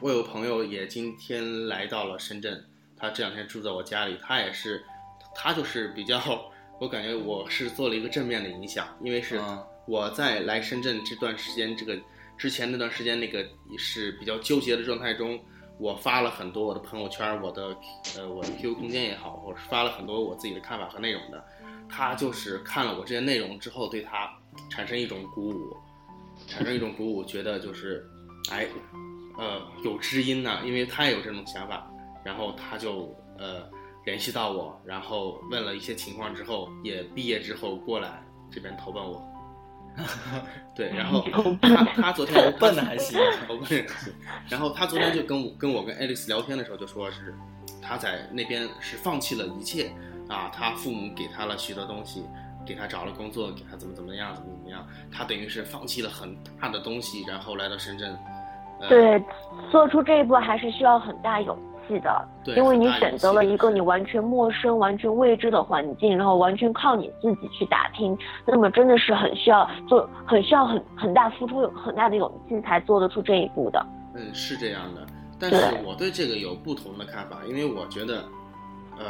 我有个朋友也今天来到了深圳，他这两天住在我家里，他也是，他就是比较，我感觉我是做了一个正面的影响，因为是嗯我在来深圳这段时间，这个之前那段时间那个是比较纠结的状态中，我发了很多我的朋友圈，我的呃我的 QQ 空间也好，我是发了很多我自己的看法和内容的。他就是看了我这些内容之后，对他产生一种鼓舞，产生一种鼓舞，觉得就是，哎，呃，有知音呐、因为他也有这种想法，然后他就呃联系到我，然后问了一些情况之后，也毕业之后过来这边投奔 我。对，然后他他昨天投奔的还行 投奔的还行。然后他昨天就跟我跟我跟 Alex 聊天的时候就说是，他在那边是放弃了一切啊，他父母给他了许多东西，给他找了工作，给他怎么怎么样怎么怎么样，他等于是放弃了很大的东西，然后来到深圳。呃、对，做出这一步还是需要很大勇气的，对因为很你大选勇择气了一个你完全陌生、完全未知的环境，然后完全靠你自己去打拼，那么真的是很需要做，很需要很很大付出、有很大的勇气才做得出这一步 的。嗯，是这样的，但对是我对这个有不同的看法，因为我觉得，呃，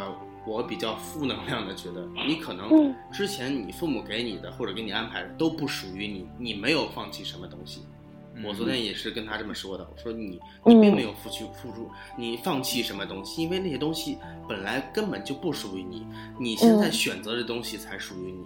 我比较负能量的觉得，你可能嗯之前你父母给你的或者给你安排的都不属于你，你没有放弃什么东西，我嗯嗯昨天也是跟他这么说的，我说你你并没有付出付出，你放弃什么东西？因为那些东西本来根本就不属于你，你现在选择的东西才属于你。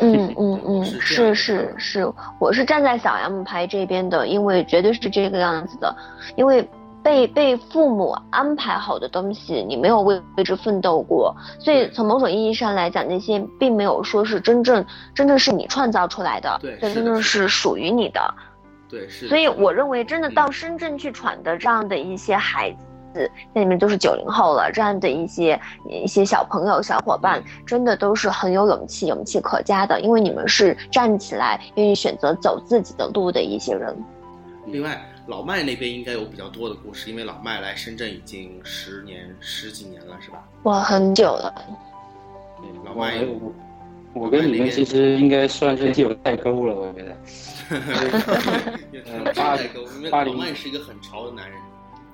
嗯嗯嗯，是这样是的是是，我是站在小 M 牌这边的，因为绝对是这个样子的，因为被被父母安排好的东西，你没有为为之奋斗过，所以对从某种意义上来讲，那些并没有说是真正真正是你创造出来的，对这是的真正是是属于你的。对，是的。所以是的我认为，真的到嗯深圳去闯的这样的一些孩子。那你们都是九零后了，这样的一些一些小朋友、小伙伴，嗯真的都是很有勇气、勇气可嘉的，因为你们是站起来、愿意选择走自己的路的一些人。另外，老麦那边应该有比较多的故事，因为老麦来深圳已经十年十几年了，是吧？哇，很久了，老我麦我我跟你们其实应该算是有代沟了，我觉得。对嗯八代沟，因为八老零麦是一个很潮的男人，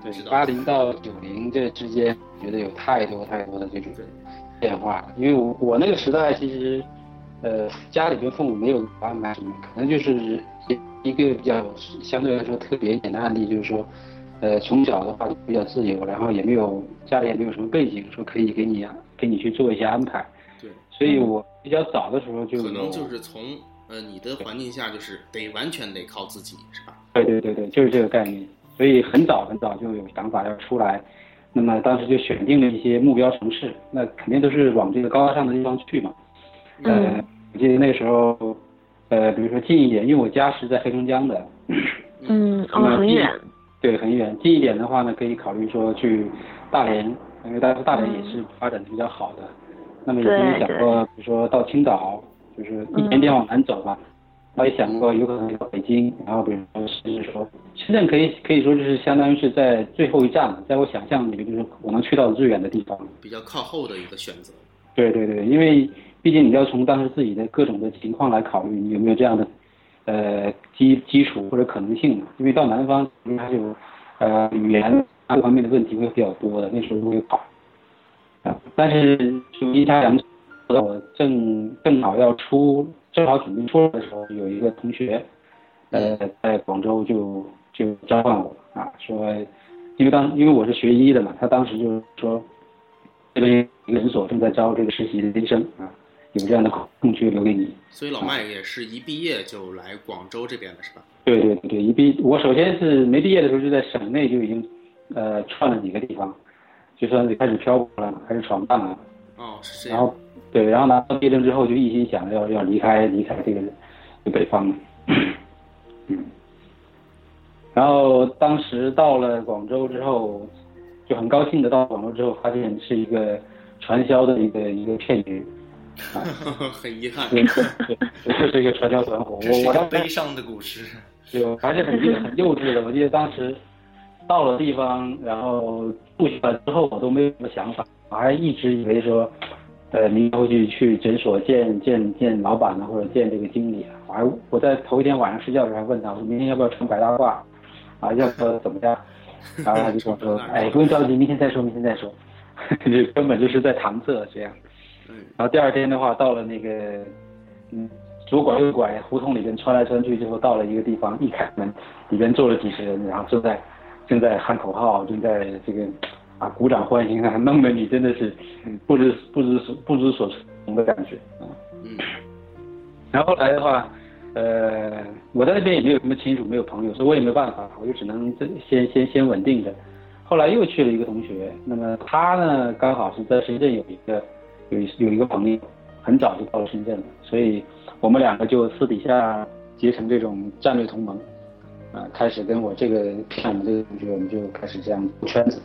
对知，道八零到九零这之间，觉得有太多太多的这种对变化。因为我我那个时代其实，呃，家里边父母没有安排什么，可能就是一一个比较相对来说特别一点的案例，就是说，呃，从小的话比较自由，然后也没有家里也没有什么背景，说可以给你啊给你去做一些安排。对，所以我比较早的时候就可能有就是从呃你的环境下，就是得完全得靠自己，是吧？对对对对，就是这个概念。所以很早很早就有想法要出来，那么当时就选定了一些目标城市，那肯定都是往这个高大上的地方去嘛。呃嗯，我记得那时候，呃，比如说近一点，因为我家是在黑龙江的，嗯，哦，那很近远，对，很远。近一点的话呢，可以考虑说去大连，因为大大连也嗯是发展的比较好的。那么也对嗯曾经想过，比如说到青岛，就是一点点往南走吧。我也想过有可能到北京，然后比如说甚至说深圳可以可以说就是相当于是在最后一站了，在我想象里就是我能去到最远的地方。比较靠后的一个选择。对对对，因为毕竟你要从当时自己的各种的情况来考虑，你有没有这样的呃基基础或者可能性嘛？因为到南方因为还有呃语言各方面的问题会比较多的，那时候会考。啊，但是就阴差阳错的，我正正好要出，正好准备出来的时候，有一个同学，呃，在广州就就召唤我啊，说，因为当因为我是学医的嘛，他当时就是说，这边有一个诊所正在招这个实习的医生啊，有这样的空缺留给你。所以老麦也是一毕业就来广州这边了，是吧？对对对对，一毕我首先是没毕业的时候就在省内就已经呃串了几个地方，就算是开始漂泊了，开始闯荡了。哦，是这然后样。对，然后拿到毕业证之后，就一心想着要要离开离开这个这北方， 嗯，然后当时到了广州之后，就很高兴的到广州之后，发现是一个传销的一个一个骗局， 很遗憾， 对，这是一个传销团伙。这是我一我个当悲时伤的故事。就还是很幼很幼稚的，我记得当时到了地方，然后住下来之后，我都没有什么想法，我还一直以为说，呃，明天会去去诊所见见见老板啊，或者见这个经理啊。我还我在头一天晚上睡觉的时候还问他，我说明天要不要穿白大褂儿啊？要不要怎么样？然后他就跟我说穿白大，褂哎，不用着急，明天再说，明天再说。 就根本就是在搪塞这样。嗯，然后第二天的话，到了那个，嗯，左拐右拐胡同里边穿来穿去之后，到了一个地方，一开门，里边坐了几十人，然后正在正在喊口号，正在这个啊鼓掌欢迎啊，弄得你真的是嗯不知不知所不知所从的感觉啊。嗯，然后后来的话，呃，我在那边也没有什么亲属，没有朋友，所以我也没办法，我就只能这先先先稳定着。后来又去了一个同学，那么他呢刚好是在深圳有一个有一有一个朋友，很早就到了深圳了，所以我们两个就私底下结成这种战略同盟，啊、开始跟我这个骗我们这个同学，我们就开始这样兜圈子。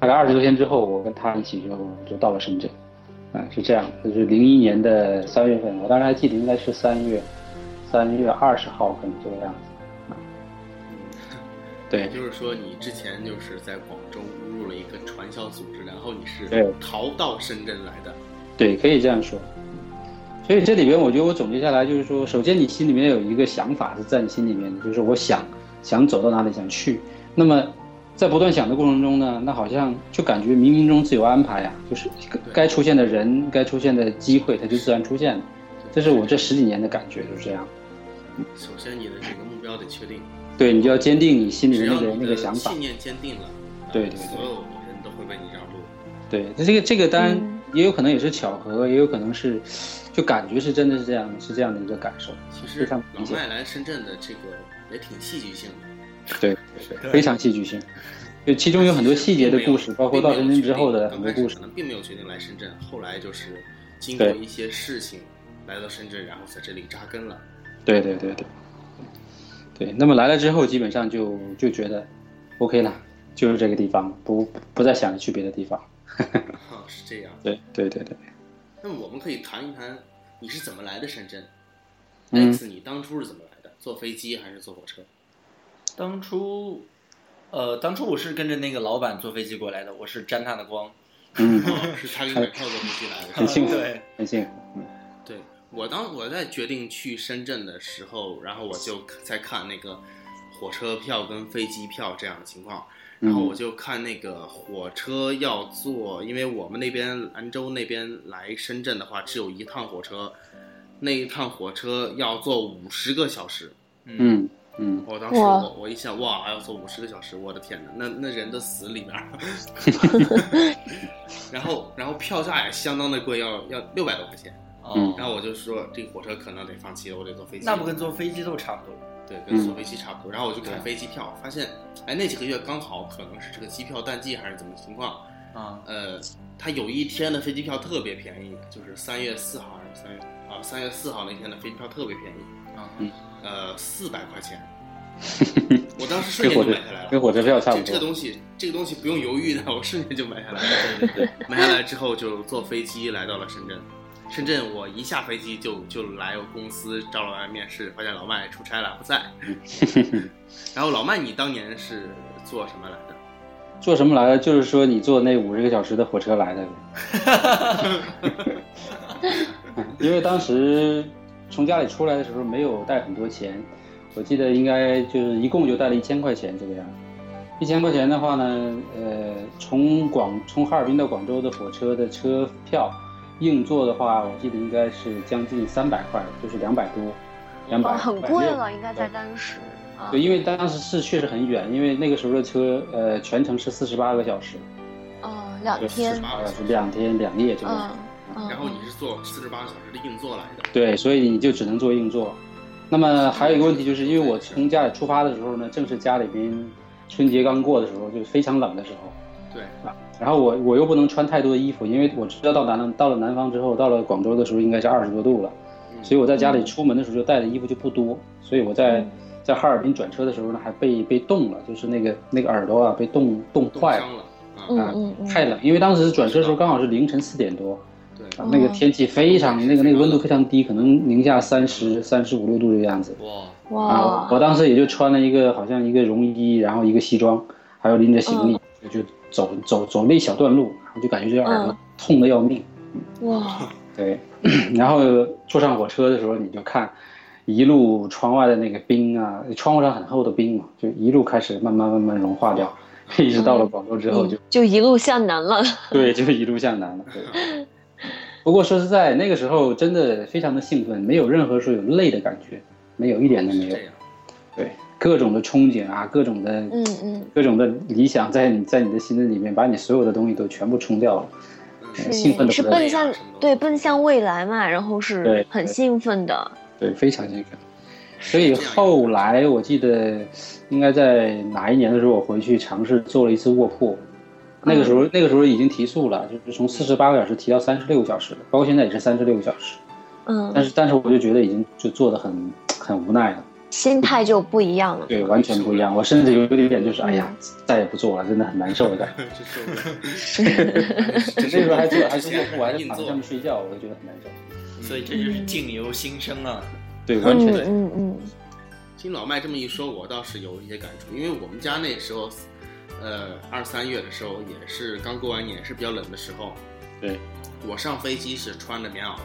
大概二十多天之后，我跟他一起就就到了深圳。嗯，是这样，就是零一年的三月份，我当时还记得应该是三月，三月二十号，可能这个样子。啊对也就是说你之前就是在广州入了一个传销组织，然后你是对逃到深圳来的。对，可以这样说。所以这里边，我觉得我总结下来就是说，首先你心里面有一个想法是在你心里面的，就是我想想走到哪里想去。那么在不断想的过程中呢，那好像就感觉冥冥中自有安排呀、就是该该出现的人、该出现的机会，它就自然出现了。这是我这十几年的感觉，就是这样。首先你的这个目标得确定，对你就要坚定你心里只面要那个你那的个想法信。念坚定了，呃对对对所有人都会为你让路。对，那这个这个当然嗯也有可能也是巧合，也有可能是，就感觉是真的是这样，是这样的一个感受，其非实常老理解，麦来深圳的这个也挺戏剧性的，对，对非常戏剧性。就其中有很多细节的故事，包括到深圳之后的很刚多开故始事可。能并没有决定来深圳，后来就是经过对一些事情来到深圳，然后在这里扎根了。对对对对，对。那么来了之后，基本上就就觉得 OK 了，就是这个地方，不不再想去别的地方。哈，啊是这样。对对对对，那么我们可以谈一谈你是怎么来的深圳？嗯那次你当初是怎么来的？坐飞机还是坐火车？ 当初，呃，当初我是跟着那个老板坐飞机过来的，我是沾他的光。嗯，哦，是他跟你靠坐飞机来的。很幸福对，很幸福。嗯，对我当我在决定去深圳的时候，然后我就在看那个火车票跟飞机票这样的情况，然后嗯我就看那个火车要坐，因为我们那边兰州那边来深圳的话，只有一趟火车，那一趟火车要坐五十个小时。嗯，嗯嗯，我当时哇我我一想，哇，要坐五十个小时，我的天哪，那那人都死里面儿。然后然后票价也相当的贵，要要六百多块钱。嗯哦，然后我就说这火车可能得放弃了，我得坐飞机。那不跟坐飞机都差不多。对，跟坐飞机差不多。然后我就看飞机票，发现哎那几个月刚好可能是这个机票淡季还是怎么情况，啊，呃，它有一天的飞机票特别便宜，就是三月四号还是三月啊三月四号那天的飞机票特别便宜，啊嗯呃四百块 钱。我当时瞬间跟就火车买下来了，跟火车票差不这这个多。东西，这个东西不用犹豫的， 我瞬间就买下来了。对 对对，买下来之后就坐飞机来到了深圳。深圳，我一下飞机就就来我公司找老麦面试，发现老麦出差了不 在。然后老麦，你当年是做什么来的？做什么来的？就是说你坐那五十个小时的火车来的呗。因为当时从家里出来的时候没有带很多钱，我记得应该就是一共就带了一千块钱这个样子。一千块钱的话呢，呃，从广从哈尔滨到广州的火车的车票，硬座的话，我记得应该是将近三百块，就是两百多，两百、哦，很贵了，应该在当时啊对，因为当时是确实很远，因为那个时候的车，呃，全程是四十八个小时，哦，两对，天四十，八个小时，两天两夜这个嗯样子。嗯，然后你是坐四十八小时的硬座来的。对，所以你就只能做硬座。那么还有一个问题，就是因为我从家里出发的时候呢，正是家里边春节刚过的时候，就是非常冷的时候。对，然后我我又不能穿太多的衣服，因为我知道到南到了南方之后，到了广州的时候应该是二十多度了，嗯所以我在家里出门的时候就带的衣服就不多，所以我在嗯在哈尔滨转车的时候呢，还被被冻了，就是那个那个耳朵啊被冻冻冻坏了，伤了啊。嗯啊嗯嗯，太冷，因为当时转车的时候刚好是凌晨四点多，对，啊，那个哦天气非常，那个那个温度非常低，可能零下三十三十五六度这个样子。哇，啊，哇我当时也就穿了一个好像一个绒衣，然后一个西装，还有拎着行李，我就走走走那一小段路，然后就感觉这耳朵嗯痛得要命。哇， 对，然后坐上火车的时候，你就看一路窗外的那个冰啊，窗户上很厚的冰嘛，就一路开始慢慢慢慢融化掉，一直到了广州之后就嗯就一路向南了，对，就一路向南了。对不过说实在，那个时候真的非常的兴奋，没有任何说有累的感觉，没有一点都是没嗯有这。样。对，各种的憧憬啊，各种的，嗯嗯，各种的理想，在你在你的心里面，把你所有的东西都全部冲掉了。嗯很兴奋是是的不得了奔向对奔向未来嘛，然后对是很兴奋的，对，非常兴奋。所以后来我记得，应该在哪一年的时候，我回去尝试做了一次卧铺。那个时候，那个时候已经提速了，就是从四十八个小时提到三十六个小时了，包括现在也是三十六个小时。嗯，但是，但是我就觉得已经就做的很很无奈了。心态就不一样了，对，完全不一样。我甚至有一点就是，哎呀，再也不做了，真的很难受的 感觉。这受不了。那时候还做，还是卧铺， 还是硬躺在座上面睡觉，我就觉得很难受。所以这就是境由心生啊。对，完嗯全是。嗯嗯，听老麦这么一说，我倒是有一些感触，因为我们家那时候，呃，二三月的时候也是刚过完年，是比较冷的时候。对，我上飞机是穿着棉袄的，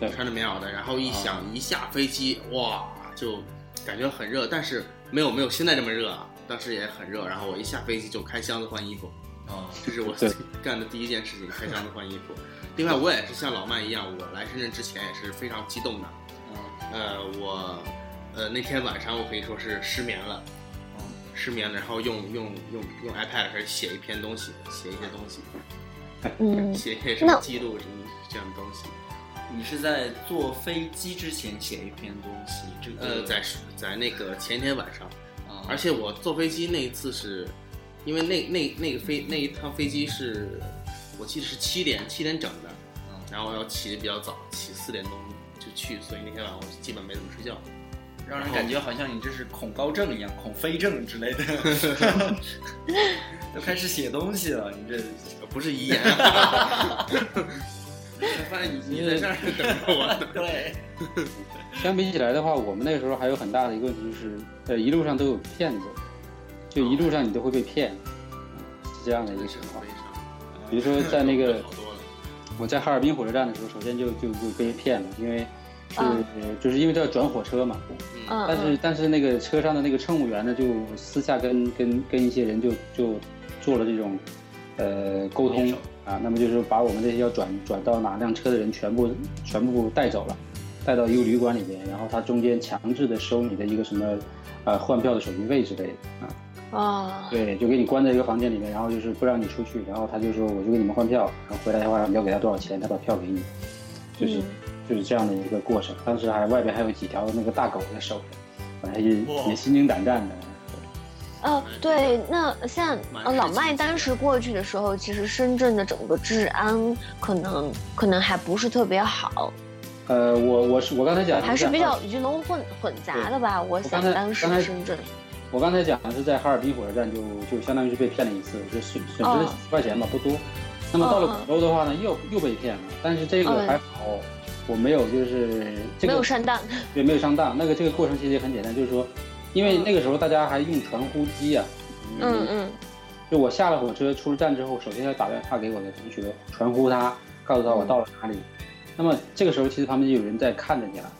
对穿着棉袄的，然后一想、一下飞机，哇，就感觉很热，但是没有没有现在这么热啊，当时也很热。然后我一下飞机就开箱子换衣服，哦，这是我对 干的第一件事情，开箱子换衣服。另外，我也是像老麦一样，我来深圳之前也是非常激动的，嗯呃，我呃，那天晚上我可以说是失眠了，嗯失眠了，然后用用用用 iPad 开始写一篇东西，写一些东西，嗯，写一些什么记录什么这样的东西。你是在坐飞机之前写一篇东西，这个呃，在在那个前一天晚上，啊，而且我坐飞机那一次是，因为那那那个飞那一趟飞机是，我记得是七点七点整的，啊然后要起的比较早，起四点钟就去，所以那天晚上我基本没怎么睡觉。让人感觉好像你这是恐高症一样，恐飞症之 类的，都开始写东西了，你 这呃不是遗言、啊，发现你你在这儿等着我 呢。对，相比起来的话，我们那时候还有很大的一个问题就是，呃，一路上都有骗子，就一路上你都会被骗，是这样的一个情况。比如说在那个好多了，我在哈尔滨火车站的时候，首先就就就被骗了，因为是、啊呃就是因为这要转火车嘛。嗯，嗯但是嗯但是那个车上的那个乘务员呢，就私下跟跟跟一些人就就做了这种呃沟通联手啊，那么就是把我们这些要转转到哪辆车的人全部全部带走了，带到一个旅馆里边，然后他中间强制的收你的一个什么呃换票的手续费之类的啊。哦，对，就给你关在一个房间里面，然后就是不让你出去，然后他就说我就给你们换票，然后回来的话你要给他多少钱，他把票给你，就是、嗯就是这样的一个过程。当时还外边还有几条那个大狗在守着，反正哇也也心惊胆战的。哦，对，那像蛮呃刺老激麦的当时过去的时候，其实深圳的整个治安可能可能还不是特别好，呃，我我是我刚才讲的还是在比哈较尔，鱼龙混混杂的吧。我我想刚才当时刚才深圳，我刚才讲的是在哈尔滨火车站就就相当于是被骗了一次，就损损失了哦几十块钱吧，不多。那么到了哦哦广州的话呢，又又被骗了，但是这个嗯还好，我没有就是没这个有上当，对，没有上当。那个这个过程其实也很简单，就是说，因为那个时候大家还用传呼机啊，嗯，嗯就我下了火车出了站之后，首先要打电话给我的同学传呼他，告诉他我到了哪里。那么这个时候其实旁边就有人在看着你了，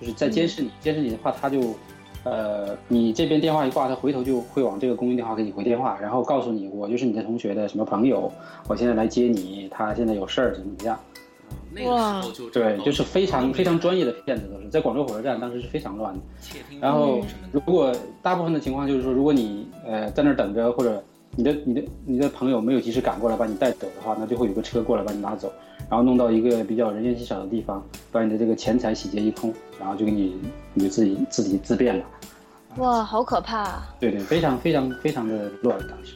就是在监视你，监视你的话他就。呃，你这边电话一挂，他回头就会往这个公用电话给你回电话，然后告诉你，我就是你的同学的什么朋友，我现在来接你，他现在有事儿，怎么怎么样？嗯那个时候就对，就是非常非常专业的骗子，都是在广州火车站，当时是非常乱的。窃听然后什么如的，果大部分的情况就是说，如果你呃在那儿等着，或者你的你的你的朋友没有及时赶过来把你带走的话，那就会有个车过来把你拿走，然后弄到一个比较人烟稀少的地方，把你的这个钱财洗劫一空，然后就给你你就自己自己自便了。嗯哇，好可怕啊，对对，非常非常非常的乱，当时。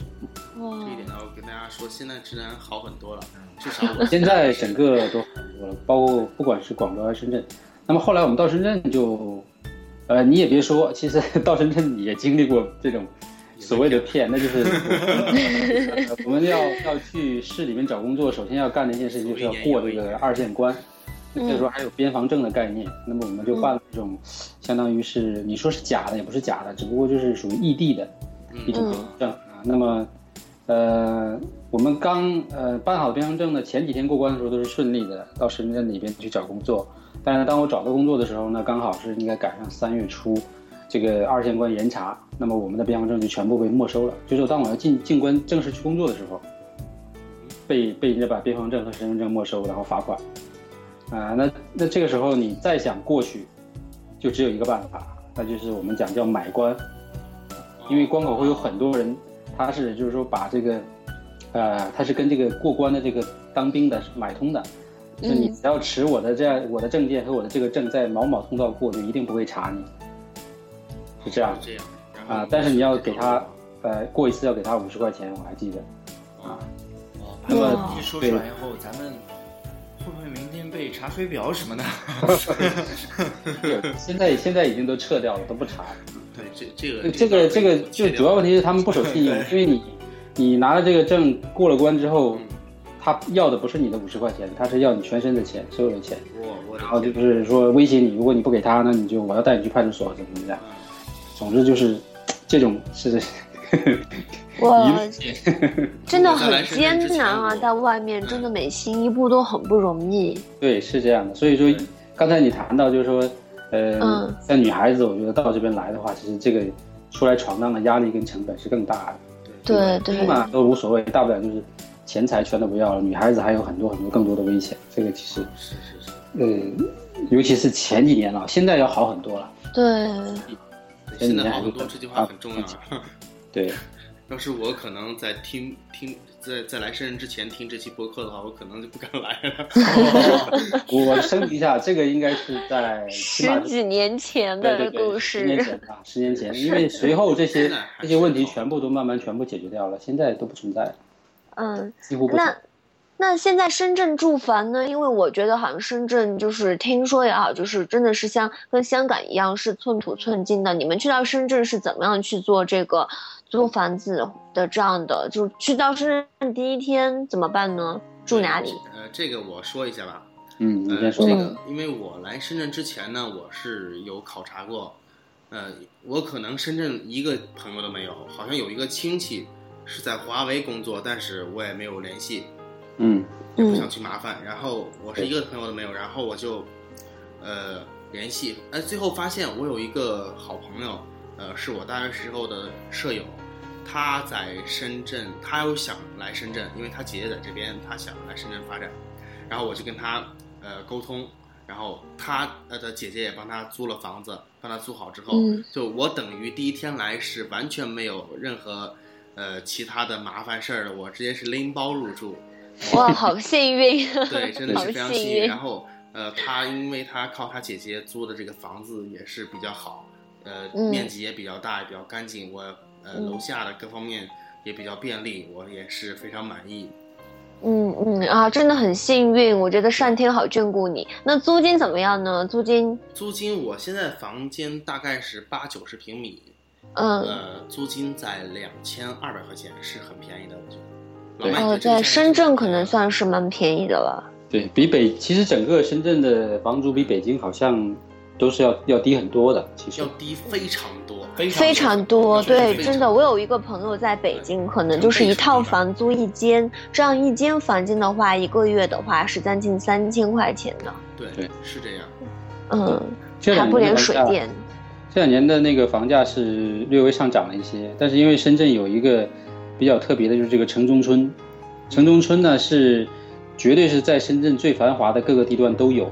哇这一点，要跟大家说，现在治安好很多了，至少 我现在整个都好很多了，包括不管是广州还是深圳。那么后来我们到深圳就，呃，你也别说，其实到深圳也经历过这种所谓的骗，那就是呃我们要要去市里面找工作，首先要干的一件事情就是要过这个二线关。嗯那时候还有边防证的概念，那么我们就办了这种，相当于是你说是假的也不是假的，只不过就是属于异地的一种边防证啊。那么呃，我们刚呃办好边防证的前几天过关的时候都是顺利的，到深圳里边去找工作。但是当我找到工作的时候呢，刚好是应该赶上三月初，这个二线关严查，那么我们的边防证就全部被没收了。就是当我要进进关正式去工作的时候，被被人家把边防证和身份证没收，然后罚款。啊、那那这个时候你再想过去，就只有一个办法，那就是我们讲叫买官。因为关口会有啊很多人，他是就是说把这个，呃，他是跟这个过关的这个当兵的是买通的，就是你嗯只要持我的这样我的证件和我的这个证在某某通道过，就一定不会查你。是这样这样然后啊但是你要给他呃，过一次要给他五十块钱，我还记得。啊，哦那么把这个说出来以后，咱们会不会明天被查水表什么的？现在现在已经都撤掉了，都不查了。对这这个对这个这个就主要问题是他们不守 信用，因为你你拿了这个证过了关之后嗯，他要的不是你的五十块钱，他是要你全身的钱，所有的钱。我我然后就是说威胁你，如果你不给他，那你就我要带你去派出所，怎么怎么样。总之就是这 种是，哇一， 真的我在来很深圳之艰前嗯难啊！我在外面真的每行一步都很不容易。对，是这样的。所以说对，刚才你谈到就是说，呃，嗯像女孩子，我觉得到这边来的话，其实这个出来闯荡的压力跟成本是更大的。对对兵嘛都无所谓，大不了就是钱财全都不要了，女孩子还有很多很多更多的危险。这个其实，是是是， 呃，尤其是前几年了，现在要好很多了。对，对前现几在年好还很是多，很这句话很重要。对， 要是我可能在听听在在来深圳之前听这期播客的话，我可能就不敢来 了。我升级一下，这个应该是在起码十几年前对的对故对，十年前事， 吧，十年前，因为随后这些现在还这是些问题有全部都慢慢全部解决掉了，现在都不存在，嗯。几乎不存在那那现在深圳住房呢？因为我觉得好像深圳就是听说也好，就是真的是像跟香港一样是寸土寸金的。你们去到深圳是怎么样去做这个租房子的这样的？就是去到深圳第一天怎么办呢？住哪里？呃，这个我说一下吧。嗯，你呃，先说这吧。个，因为我来深圳之前呢，我是有考察过，呃，我可能深圳一个朋友都没有，好像有一个亲戚是在华为工作，但是我也没有联系，嗯也不想嗯去麻烦。然后我是一个朋友都没有，然后我就呃联系，哎、最后发现我有一个好朋友，呃，是我大学时候的舍友。他在深圳，他有想来深圳，因为他姐姐在这边，他想来深圳发展。然后我就跟他呃沟通，然后他呃的姐姐也帮他租了房子，帮他租好之后，嗯就我等于第一天来是完全没有任何呃其他的麻烦事儿的，我直接是拎包入住，哇，好幸运！ 对，真的好是非常幸幸运。运然后呃，他因为他靠他姐姐租的这个房子也是比较好，呃，嗯面积也比较大，也比较干净，我呃嗯楼下的各方面也比较便利，我也是非常满意。嗯嗯啊，真的很幸运，我觉得上天好眷顾你。那租金怎么样呢？租金，租金我现在房间大概是八九十平米，嗯，呃，租金在两千二百块钱是很便宜的，我觉得。老对哦，麦你觉得在这个价格深怎圳么样可能算是蛮便宜的了。对比北，其实整个深圳的房租比北京好像都是要要低很多的。其实要，低非常多，非非常多，非常对，非常真的，我有一个朋友在北京，可能就是一套房租一间，这样一间房间的话，一个月的话是将近三千块钱的，对对是这样。嗯，这还两不年连的水房价电，这两年的那个房价是略微上涨了一些，但是因为深圳有一个比较特别的，就是这个城中村。城中村呢是绝对是在深圳最繁华的各个地段都有，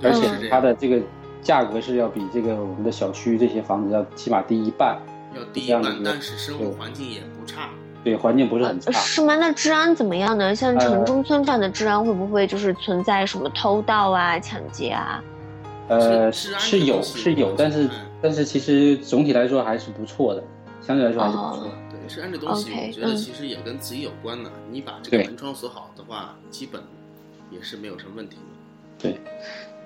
对而是且这它样，的这个价格是要比这个我们的小区这些房子要起码低一半，要低一这样半，子但是生活环境也不差。对，环境不是很差。呃是吗？那治安怎么样呢？呃像城中村这样的治安会不会就是存在什么偷盗啊、抢劫啊？呃，是是是是有安全性是有，但是嗯但是其实总体来说还是不错的，相对来说还是不错的。对，是按这东西， OK，我觉得嗯其实也跟自己有关的。你把这个对门窗锁好的话，基本也是没有什么问题的。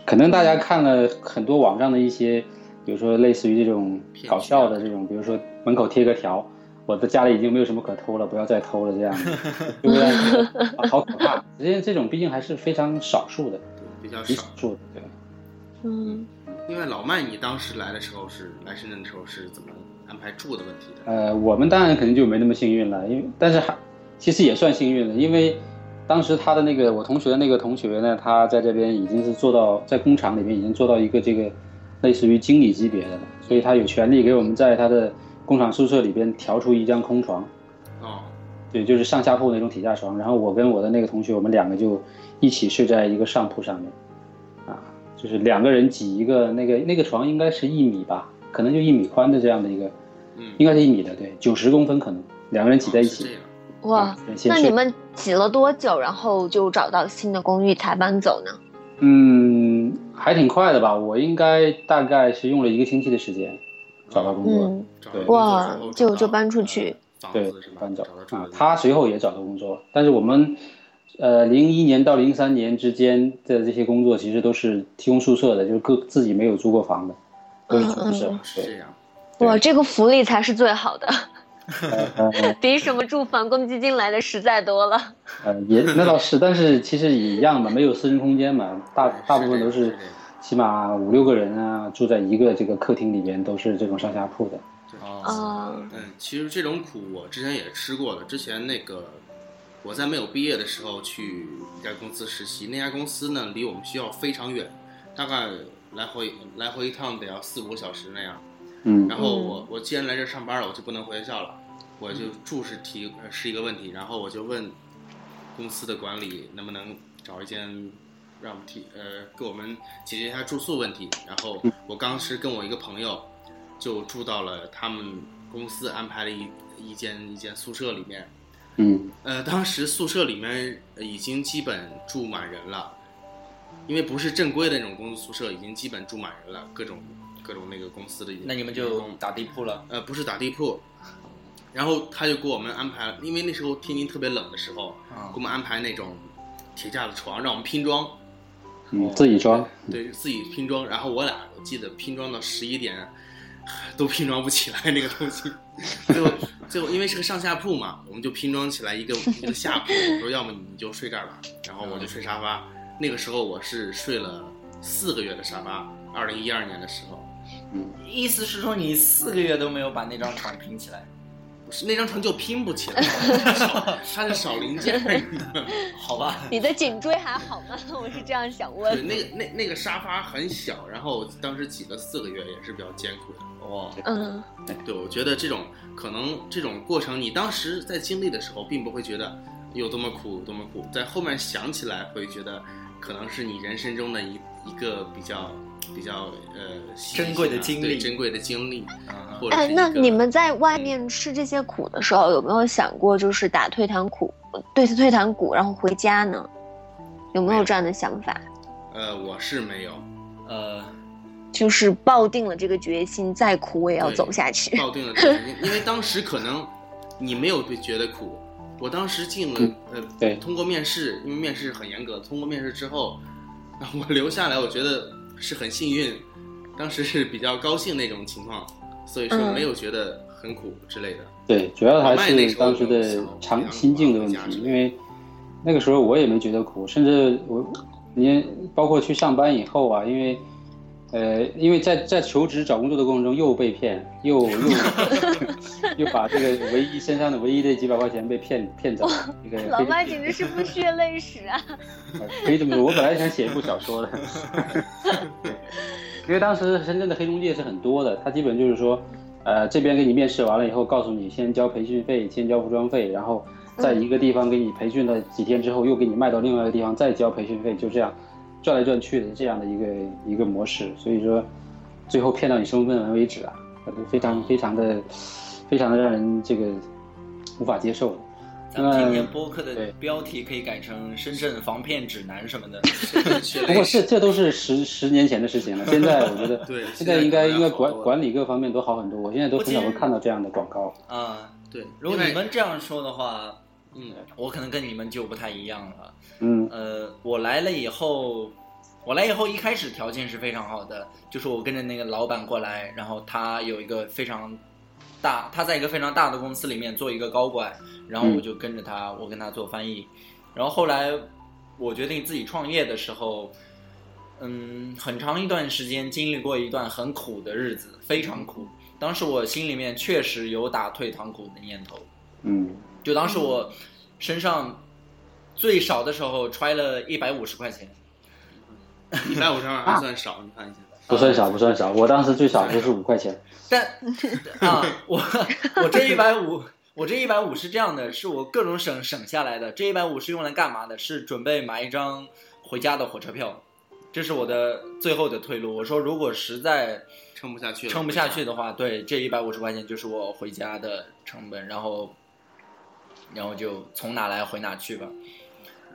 可能大家看了很多网上的一些，比如说类似于这种骗局啊搞笑的这种，比如说门口贴个条。我的家里已经没有什么可偷了，不要再偷了，这样，对不对？啊好可怕！因为这种毕竟还是非常少数的，对，比较极少少。数的，对。嗯，另外，老麦，你当时来的时候是来深圳的时候是怎么安排住的问题的？呃，我们当然肯定就没那么幸运了，因为但是还其实也算幸运了，因为当时他的那个我同学的那个同学呢，他在这边已经是做到在工厂里面已经做到一个这个类似于经理级别的了，所以他有权利给我们在他的工厂宿舍里边调出一张空床，哦，对，就是上下铺那种体架床，然后我跟我的那个同学，我们两个就一起睡在一个上铺上面，啊，就是两个人挤一个那个那个床应该是一米吧，可能就一米宽的这样的一个。嗯，应该是一米的，对，九十公分可能，两个人挤在一哦是这起。样。哇，嗯先那睡你们挤了多久，然后就找到新的公寓才搬走呢？嗯，还挺快的吧？我应该大概是用了一个星期的时间找到工作，嗯，找到对工作之哇后找就到就搬出去呃对房子是，吧？搬走找到住的啊地。方他随后也找到工作，但是我们，呃，零一年到零三年之间的这些工作其实都是提供宿舍的，就是各自己没有租过房的，都是住宿舍嗯嗯。是这对，样，对哇，这个福利才是最好的，呃比什么住房公积金来的实在多 了。呃，也那倒是，但是其实也一样嘛，没有私人空间嘛，大对大部分是这都样是是这样起码五六个人啊，住在一个这个客厅里边，都是这种上下铺的。哦，啊，嗯，其实这种苦我之前也吃过了。之前那个我在没有毕业的时候去一家公司实习，那家公司呢离我们学校非常远，大概来回来回一趟得要四五个小时那样。嗯然后我我既然来这儿上班了，我就不能回学校了，我就住是提呃是一个问题。然后我就问公司的管理能不能找一间让我们替呃给我们解决一下住宿问题。然后我当时跟我一个朋友就住到了他们公司安排的一一间一间宿舍里面。嗯呃，当时宿舍里面呃已经基本住满人了，因为不是正规的那种公司宿舍，已经基本住满人了，各种各种那个公司的员那你们员就工打地铺了，呃，不是打地铺，然后他就给我们安排，因为那时候天津特别冷的时候，啊给我们安排那种铁架子床，让我们拼装，嗯，自己装，对自己拼装。然后我俩我记得拼装到十一点，都拼装不起来那个东西。 最后最后因为是个上下铺嘛，我们就拼装起来一个一个下铺。我说要么你就睡这儿吧，然后我就睡沙发。那个时候我是睡了四个月的沙发，二零一二年的时候。嗯意思是说你四个月都没有把那张床拼起来，那张床就拼不起来，它是少它是少零件。 好吧？你的颈椎还好吗？我是这样想对，问。那个那那个沙发很小，然后当时挤了四个月也是比较艰苦的。哦哇，嗯，对，我觉得这种可能这种过程，你当时在经历的时候，并不会觉得有多么苦，有多么苦，在后面想起来会觉得，可能是你人生中的一一个比较比较呃喜珍贵的啊经对历珍贵的经历，啊或者哎是，一那个你们在外面吃这些苦的时候，有没有想过就是打退堂鼓，对退堂鼓，然后回家呢？有没有这样的想法？呃，我是没有呃，就是抱定了这个决心，再苦我也要走下去。 抱定了这个决心，因为当时可能你没有被觉得苦。我当时进了呃，嗯对通过面试，因为面试很严格，通过面试之后，啊我留下来，我觉得是很幸运，当时是比较高兴那种情况，所以说嗯没有觉得很苦之类的。对，主要还老麦那是时候当时有想的过要长不心境的要问回家题，之类因为那个时候我也没觉得苦，甚至我，你包括去上班以后啊，因为，呃，因为在在求职找工作的过程中又被骗，又又又把这个唯一身上的唯一的几百块钱被骗骗走，这个老非常麦简直是不血泪史啊！可以这么说，我本来想写一部小说的，因为当时深圳的黑中介是很多的，他基本就是说，呃，这边给你面试完了以后，告诉你先交培训费，先交服装费，然后在一个地方给你培训了几天之后，又给你卖到另外一个地方再交培训费，就这样转来转去的这样的一个一个模式，所以说最后骗到你身无分文为止啊，非常非常的非常的让人这个无法接受。咱们今天嗯播客的对标题可以改成《深圳防骗指南》什么 的。 不过这这都是十十年前的事情了，现在我觉得 对现在应该应该现在可能要好管多了管理各方面都好很多，我现在都很少会看到这样的广告。啊，对，如果因为你们这样说的话，嗯，我可能跟你们就不太一样了。嗯呃，我来了以后，我来以后一开始条件是非常好的，就是我跟着那个老板过来，然后他有一个非常大，他在一个非常大的公司里面做一个高管，然后我就跟着他，我跟他做翻译，然后后来我决定自己创业的时候。嗯，很长一段时间经历过一段很苦的日子，非常苦。当时我心里面确实有打退堂鼓的念头，嗯，就当时我身上最少的时候揣了一百五十块钱，一百五十二啊还算少，你看一下。不算少不算少，我当时最少就是五块钱。 但啊，我我这一百五，我这一百五是这样的，是我各种省省下来的。这一百五是用来干嘛的？是准备买一张回家的火车票，这是我的最后的退路。我说，如果实在撑不下去了，撑不下去的话，对，这一百五十块钱就是我回家的成本，然后，然后就从哪来回哪去吧。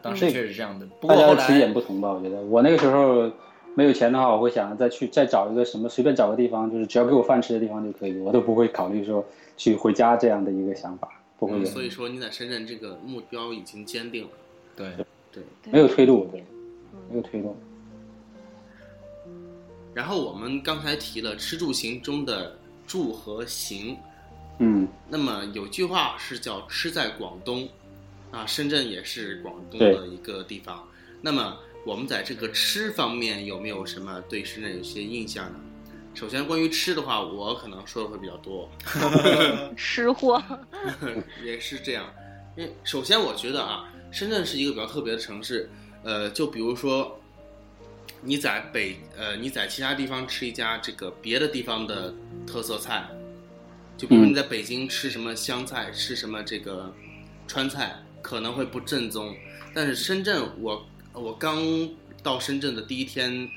当时嗯确实是这样的，不大过家后的来起点不同吧，我觉得我那个时候没有钱的话，我会想再去再找一个什么随便找个地方，就是只要给我饭吃的地方就可以，我都不会考虑说去回家这样的一个想法，不会嗯。有，所以说你在深圳这个目标已经坚定了。对。对，没有退路，我觉得嗯没有退路。然后我们刚才提了吃住行中的住和行，嗯，那么有句话是叫“吃在广东”，啊，深圳也是广东的一个地方。那么我们在这个吃方面有没有什么对深圳有些印象呢？首先，关于吃的话，我可能说的会比较多，吃货， 也是这样。因为首先，我觉得啊，深圳是一个比较特别的城市。呃，就比如说，你在北呃你在其他地方吃一家这个别的地方的特色菜，就比如嗯你在北京吃什么湘菜，吃什么这个川菜，可能会不正宗。但是深圳，我我刚到深圳的第一天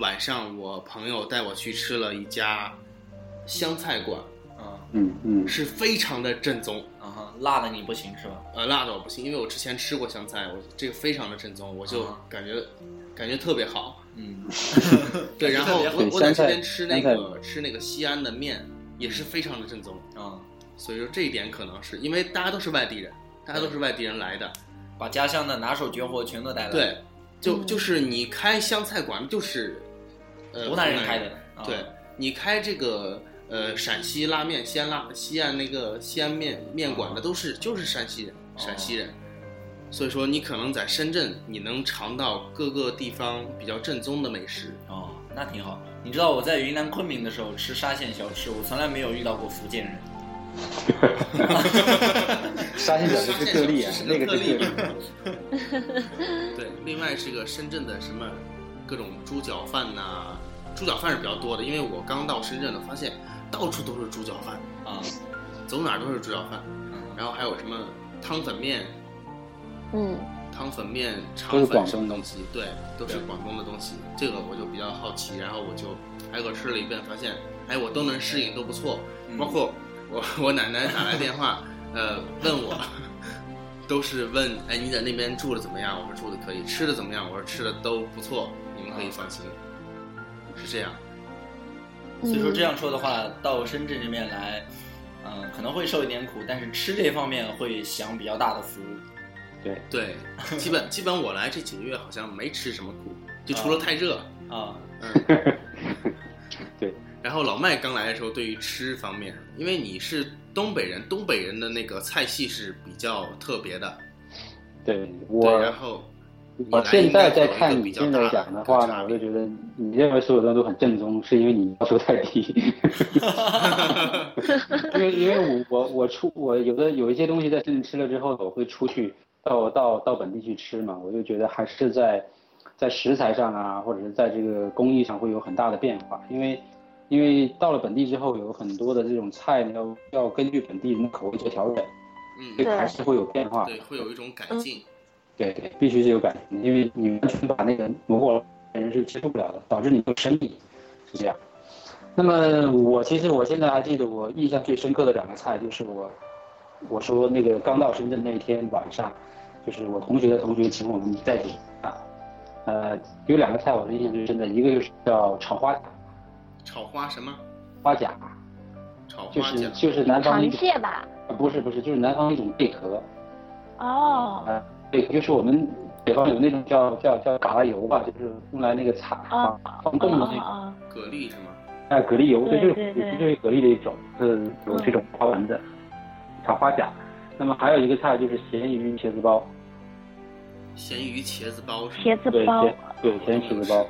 晚上，我朋友带我去吃了一家湘菜馆，啊嗯嗯是非常的正宗。啊哈，辣的你不行是吧？呃，辣的我不行，因为我之前吃过湘菜，我这个非常的正宗，我就啊感觉、感觉特别好。嗯，对，然后特别好我对我在湘这菜边吃那湘菜个吃那个西安的面，也是非常的正宗。啊，所以说这一点可能是因为大家都是外地人，大家都是外地人来的，把家乡的拿手绝活全都带来了，对，就嗯就是你开湘菜馆就是，呃，湖南人开的，啊对你开这个呃陕西拉面、西安拉西安那个西安面面馆的都是就是山西人，陕西人。所以说，你可能在深圳，你能尝到各个地方比较正宗的美食。哦，那挺好。你知道我在云南昆明的时候吃沙县小吃，我从来没有遇到过福建人。沙县小吃是个例啊，是那个个是 个例。对，另外是个深圳的什么各种猪脚饭呐、猪脚饭是比较多的，因为我刚到深圳呢，发现到处都是猪脚饭，啊，走哪儿都是猪脚饭。然后还有什么汤粉面、嗯，汤粉面、都肠是粉广什么东的东西，对，都是广东的东西。这个我就比较好奇，然后我就挨个吃了一遍，发现哎，我都能适应，都不错。嗯包括我我奶奶打来电话，呃，问我， 都是问，哎，你在那边住的怎么样？我说住的可以，吃的怎么样？我说吃的都不错，你们可啊以放心，是这样。嗯嗯所以说这样说的话，到深圳这边来，嗯、可能会受一点苦，但是吃这方面会享比较大的福。对， 对，基本基本我来这几个月好像没吃什么苦，就除了太热，啊，嗯。 对。然后老麦刚来的时候，对于吃方面，因为你是东北人，东北人的那个菜系是比较特别的。对对，我然后我哦现在在你来看应该会有一个比你较现大在的讲的话呢，我就觉得你认为所有东西都很正宗，是因为你要求太低。因为因为我我我出我有的有一些东西在深圳吃了之后，我会出去到到到本地去吃嘛，我就觉得还是在在食材上啊，或者是在这个工艺上会有很大的变化，因为因为到了本地之后，有很多的这种菜呢要要根据本地人的口味做调整，所以嗯，对还是会有变化。对，会有一种改进。嗯对对，必须是有感情，因为你完全把那个模糊了，人是接受不了的，导致你会生意，是这样。那么我其实我现在还记得我印象最深刻的两个菜，就是我我说那个刚到深圳那一天晚上，就是我同学的同学请我们在一起啊，呃，有两个菜我是印象最深的，一个就是叫炒花甲，炒花什么？花甲炒就花是甲。就是南方一螃种蟹吧？呃不是不是就是南方一种贝壳，哦，啊，对，就是我们北方有那种叫叫叫嘎啦油吧，就是用来那个擦啊放冻的那个，啊蛤蜊是吗？哎，蛤蜊油，对就是对也对是就是蛤蜊的一种，嗯，有这种花纹的，炒花甲。那么还有一个菜就是咸鱼茄子包，咸鱼茄子包是吗？茄子对，包咸，对咸茄子包，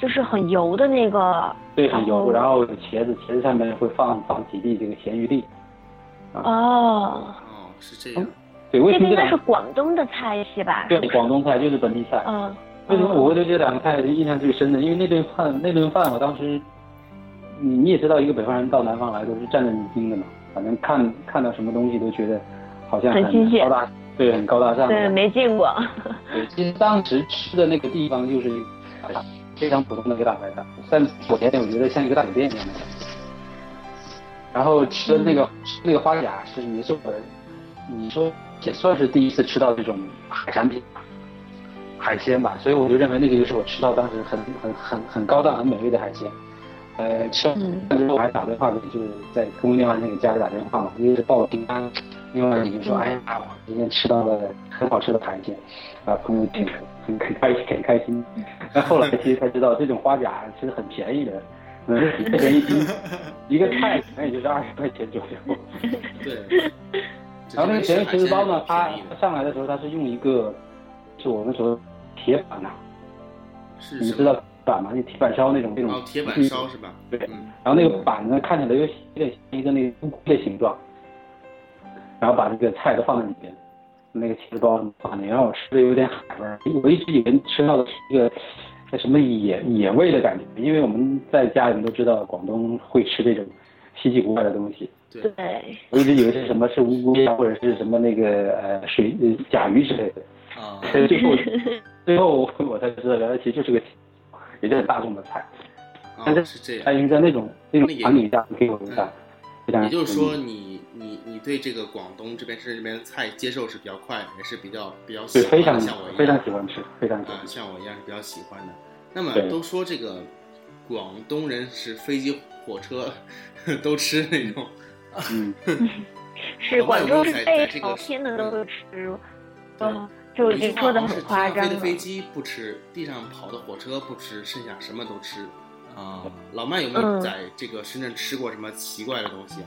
就是很油的那个，对，很油，然然后有茄子，茄子上面会放放几粒这个咸鱼粒。哦，哦，是这样。对，为这什个么应这该是两广东的菜系吧？对广东菜就是本地菜？啊嗯，为什么我会对这两个菜印象最深呢？因为那顿饭，那顿饭我当时，你你也知道，一个北方人到南方来都是战战兢兢的嘛，反正看看到什么东西都觉得好像很新鲜高大，对，很高大上。对，没见过，对，其实当时吃的那个地方就是一个非常普通的一个大排档，但我眼里我觉得像一个大酒店一样的感觉。然后吃的那个、吃那个花甲是也是我，你说也算是第一次吃到这种海产品吧，海鲜吧，所以我就认为那个就是我吃到当时很很很很高档很美味的海鲜。呃，吃完之后我还打电话给就是在公共电话那个家里打电话嘛，一个是报啊平安，另外一个就嗯说哎呀，我今天吃到了很好吃的海鲜。啊，朋友挺很很开心，很开心。 但后来其实才知道，这种花甲其实很便宜的，嗯，几块钱一斤，一个菜可能也就是二十块钱 左右。 对。嗯然后那个咸鱼茄子包呢，它这边是海鲜它上来的时候，它是用一个，是我们所谓铁板呐、是你什么知道铁板吗？那铁板烧那种那种。哦，铁板烧。是吧？对嗯，然后那个板呢，看起来有点像一个那个乌龟的形状，然后把那个菜都放在里面，那个茄子包放里面，让我吃的有点海味儿。我一直以为吃到的是一个那什么野野味的感觉，因为我们在家里面都知道广东会吃这种稀奇古怪的东西，对，对，我一直以为是什么是乌龟啊，或者是什么那个呃水呃甲鱼之类的。啊，所以最后最后我才知道，原来其实就是个也就是很大众的菜，但啊，是是这但样。是在那种那那种也嗯场景下可以有一下，非常也就是说你，你你对这个广东这边甚至这边的菜接受是比较快的，也是比较比较对喜非欢的，常像我一样，非常喜欢吃，非常喜啊，欢吃。像我一样是比较喜欢的。那么对都说这个广东人是飞机、火车 都吃那种，嗯， 是哦广州在是在被这个炒天的都会吃，对嗯，就有一你句话说的好像很是夸天上张飞的飞了。机不吃，地上跑的火车不吃，剩下什么都吃。啊，老麦有没有嗯在这个深圳吃过什么奇怪的东西啊？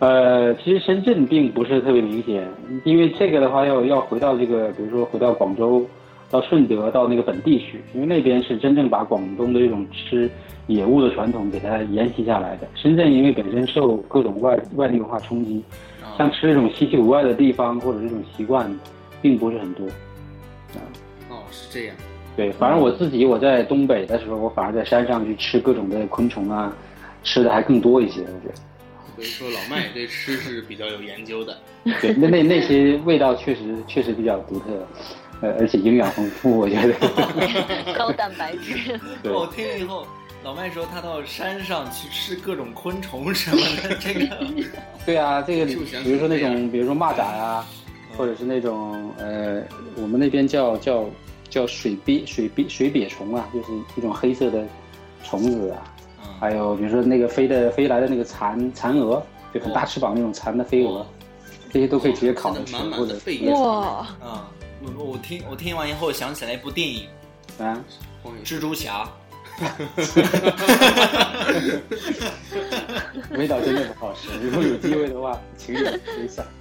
呃，其实深圳并不是特别明显，因为这个的话要要回到这个，比如说回到广州，到顺德，到那个本地去，因为那边是真正把广东的这种吃野物的传统给它沿袭下来的。深圳因为本身受各种外外地文化冲击，像啊吃这种稀奇古怪的地方或者这种习惯，并不是很多。哦，是这样。对，反正我自己我在东北的时候，我反而在山上去吃各种的昆虫啊，吃的还更多一些，我觉得。所以说老麦对吃是比较有研究的。对，那那那些味道确实确实比较独特，呃，而且营养丰富，我觉得。高蛋白 质。对，我哦听了以后，老麦说他到山上去吃各种昆虫什么的，这个对啊，这个是不是想比如说那这嗯种，比如说蚂蚱呀、或者是那种呃，我们那边叫叫叫水鳖水鳖水鳖虫啊，就是一种黑色的虫子啊，嗯还有比如说那个飞的飞来的那个蚕蚕蛾，就哦很大翅膀那种蚕的飞蛾，这些都可以直接烤着吃，现在满或满者哦的肺叶。哇， 啊，我我听我听完以后想起来一部电影啊，黄宇《蜘蛛侠》，味道真的很好吃。如果有机会的话，请你吃一下。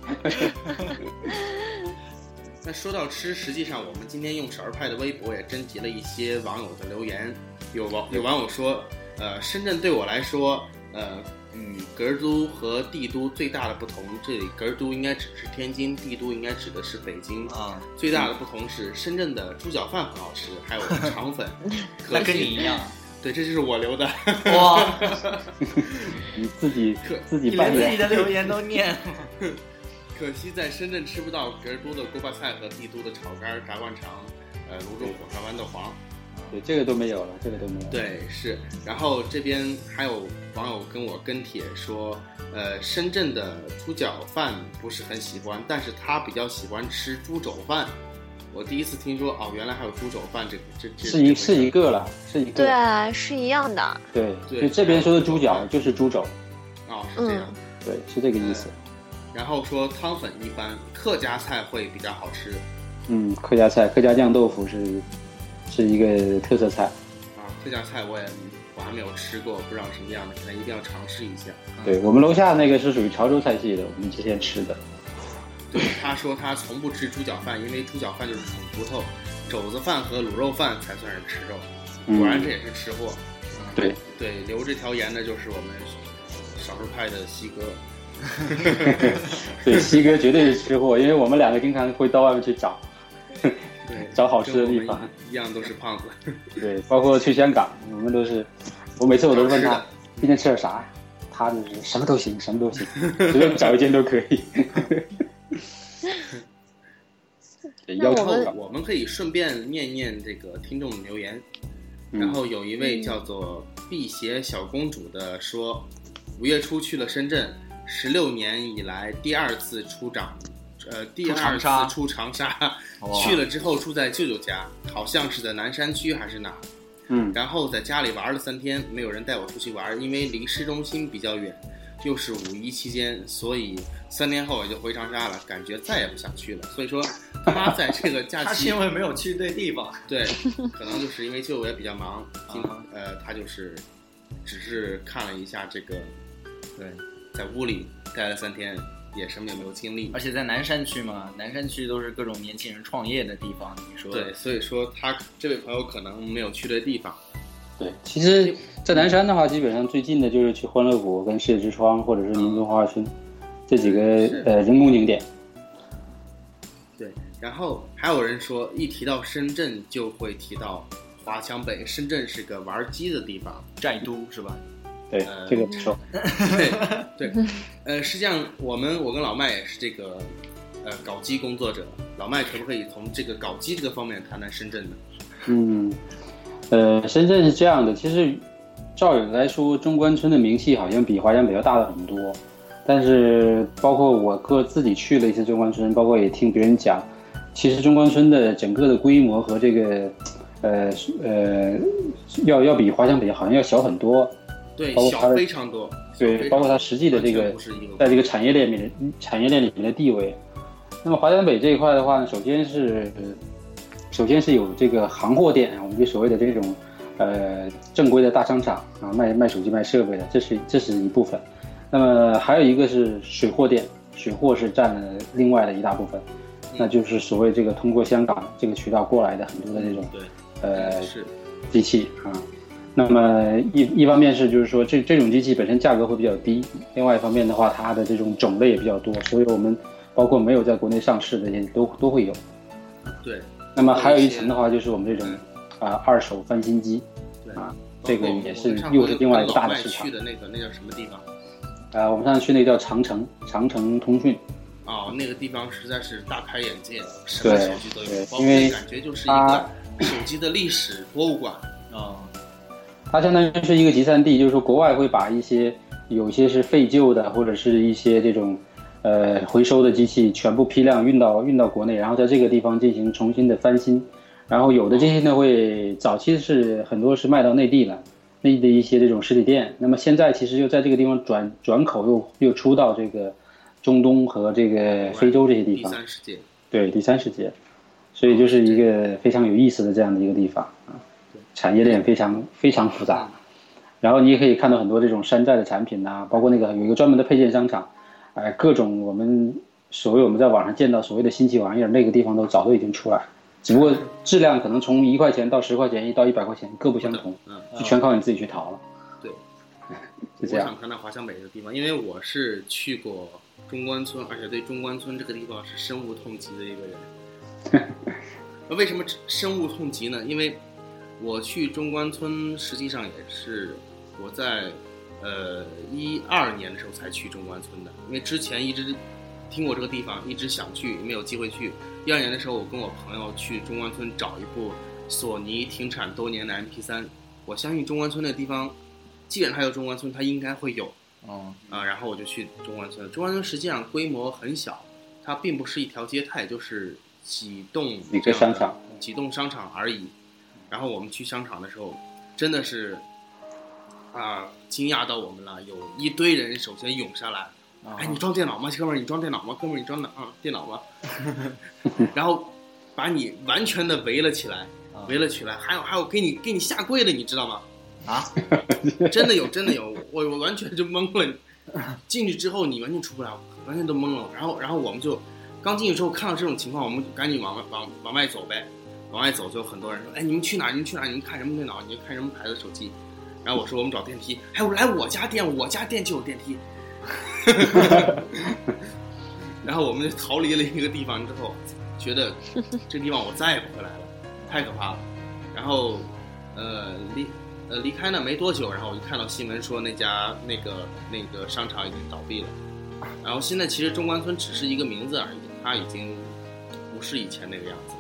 那说到吃，实际上我们今天用少儿派的微博也征集了一些网友的留言，有网有网友说，呃，深圳对我来说，呃，与格尔都和帝都最大的不同，这里格尔都应该指是天津，帝都应该指的是北京。啊，最大的不同是深圳的猪脚饭很好吃，还有肠 粉。可那跟你惜一 样，对，这就是我留的。哇，你自己可自己扮连自演己。的留言都 念了，可惜在深圳吃不到格尔都的锅巴菜和帝都的炒肝儿、炸灌肠，呃，卤煮火烧豌豆黄。对，这个都没有了，这个都没有了。对，是。然后这边还有网友跟我跟帖说，呃，深圳的猪脚饭不是很喜欢，但是他比较喜欢吃猪肘饭。我第一次听说，哦，原来还有猪肘饭这个这这是一这回事是一个了，是一个。对啊，是一样的。对对就这边说的猪脚就是猪肘，哦，是这样。对，是这个意思。然后说汤粉一般，客家菜会比较好吃嗯，客家菜，客家酱豆腐是是一个特色菜。啊。客家菜我也我还没有吃过，不知道什么样的，可能一定要尝试一下。对我们楼下那个是属于潮州菜系的，我们之前吃的。对，他说他从不吃猪脚饭，因为猪脚饭就是啃骨头，肘子饭和卤肉饭才算是吃肉。嗯果然这也是吃货。对，对，留这条言的就是我们少数派的西哥。对，西哥绝对是吃货，因为我们两个经常会到外面去找，对，找好吃的跟我地们方一样都是 胖子。对，包括去香港，我们都是，我每次我都问找吃他的今天吃点啥，他就是什么都行，什么都行，随便找一间都可 以。对要然求后高我们可以顺便念念这个听众的留言。嗯然后有一位叫做辟邪小公主的说，五月初去了深圳，十六年以来第二次出长，呃，第二长次沙出长沙，哇去了之后住在舅舅家，好像是在南山区还是哪儿，嗯，然后在家里玩了三天，没有人带我出去玩，因为离市中心比较远，又是五一期间，所以三天后也就回长沙了，感觉再也不想去了。所以说，他妈在这个假他啊是期因，为没有去对地方，对，可能就是因为舅舅也比较忙，经啊呃，他就是只是看了一下这个，对，在屋里待了三天，也什么也没有经历而。且在南山区嘛，南山区都是各种年轻人创业的地方，你说对，所以说他这位朋友可能没有去的地方，对，其实，在南山的话，基本上最近的就是去欢乐谷、跟世界之窗，或者是宁中花园村这几个是呃人工景点。对，然后还有人说，一提到深圳就会提到华强北，深圳是个玩鸡的地方。寨都是吧？对，呃这个不说。对，对，呃，实际上我们我跟老麦也是这个，呃搞基工作者，老麦可不可以从这个搞基这个方面谈谈深圳呢？嗯，呃，深圳是这样的，其实照理来说，中关村的名气好像比华强北要大的很多，但是包括我个自己去了一些中关村，包括也听别人讲，其实中关村的整个的规模和这个，呃呃，要要比华强北好像要小很多，对包，括他小的非常多，小对，非包括它常实际的这完个全不是一个在这个产业链里面产业链里面的地位。那么华强北这一块的话呢，首先是呃首先是有这个行货店，我们就所谓的这种呃正规的大商场啊，卖卖手机、卖设备的，这是这是一部分。那么还有一个是水货店，水货是占了另外的一大部分，那就是所谓这个通过香港这个渠道过来的很多的这种对，呃是机器啊。那么一一方面是就是说这这种机器本身价格会比较低，另外一方面的话，它的这种种类也比较多，所以我们包括没有在国内上市的也都都会有。对，那么还有一层的话，就是我们这种啊二手翻新机对啊，包括这个我们也是上又回是另外一跟个老大的麦市场去的那个那叫什么地方？啊。我们上次去那个叫长城长城通讯，哦，那个地方实在是大开眼界，什么对手机都有，对包括因为感觉就是一个它手机的历史博物馆。啊，它相当于是一个集散地，就是说国外会把一些有些是废旧的，或者是一些这种呃回收的机器全部批量运到运到国内，然后在这个地方进行重新的翻新，然后有的这些呢会早期是很多是卖到内地了。内地的一些这种实体店，那么现在其实又在这个地方转转口又又出到这个中东和这个非洲这些地第方，三世界，对第三世界，所以就是一个非常有意思的这样的一个地方啊，产业链非常非常复杂。然后你也可以看到很多这种山寨的产品呐、包括那个有一个专门的配件商场，哎、各种我们所谓我们在网上见到所谓的新奇玩意儿，那个地方都早都已经出来了，只不过质量可能从一块钱到十块钱，一到一百块钱各不相同，嗯，就全靠你自己去淘了。对， 就这我样。想看到华强北这个地方，因为我是去过中关村，而且对中关村这个地方是深恶痛疾的一个人。 那为什么深恶痛疾呢？因为我去中关村，实际上也是我在呃一二年的时候才去中关村的，因为之前一直听过这个地方，一直想去，没有机会去。一二年的时候，我跟我朋友去中关村找一部索尼停产多年的 MP 3我相信中关村那个地方，既然它有中关村，它应该会有嗯，啊、然后我就去中关村，中关村实际上规模很小，它并不是一条街，它也就是几栋几个商场，几栋商场而已。然后我们去商场的时候，真的是啊、惊讶到我们了，有一堆人首先涌上来，啊哎，你装电脑吗，哥们儿？你装电脑吗，哥们儿？你装哪啊？电脑 吗？然后把你完全的围了起来，啊围了起来，还有还有给你给你下跪的，你知道吗？啊，真的有，真的有，我我完全就懵了。进去之后你完全出不来，完全都懵了。然后然后我们就刚进去之后看到这种情况，我们就赶紧往外往往外走呗，往外走就很多人说，哎，你们去哪儿？你们去哪儿？你们看什么电脑？你们看什么牌子手机？然后我说我们找电梯，哎，我来我家店，我家店就有电梯。然后我们就逃离了一个地方之后，觉得这地方我再也不会来了，太可怕了。然后，呃，离呃离开那没多久，然后我就看到新闻说那家那个那个商场已经倒闭了。然后现在其实中关村只是一个名字而已，它已经不是以前那个样子。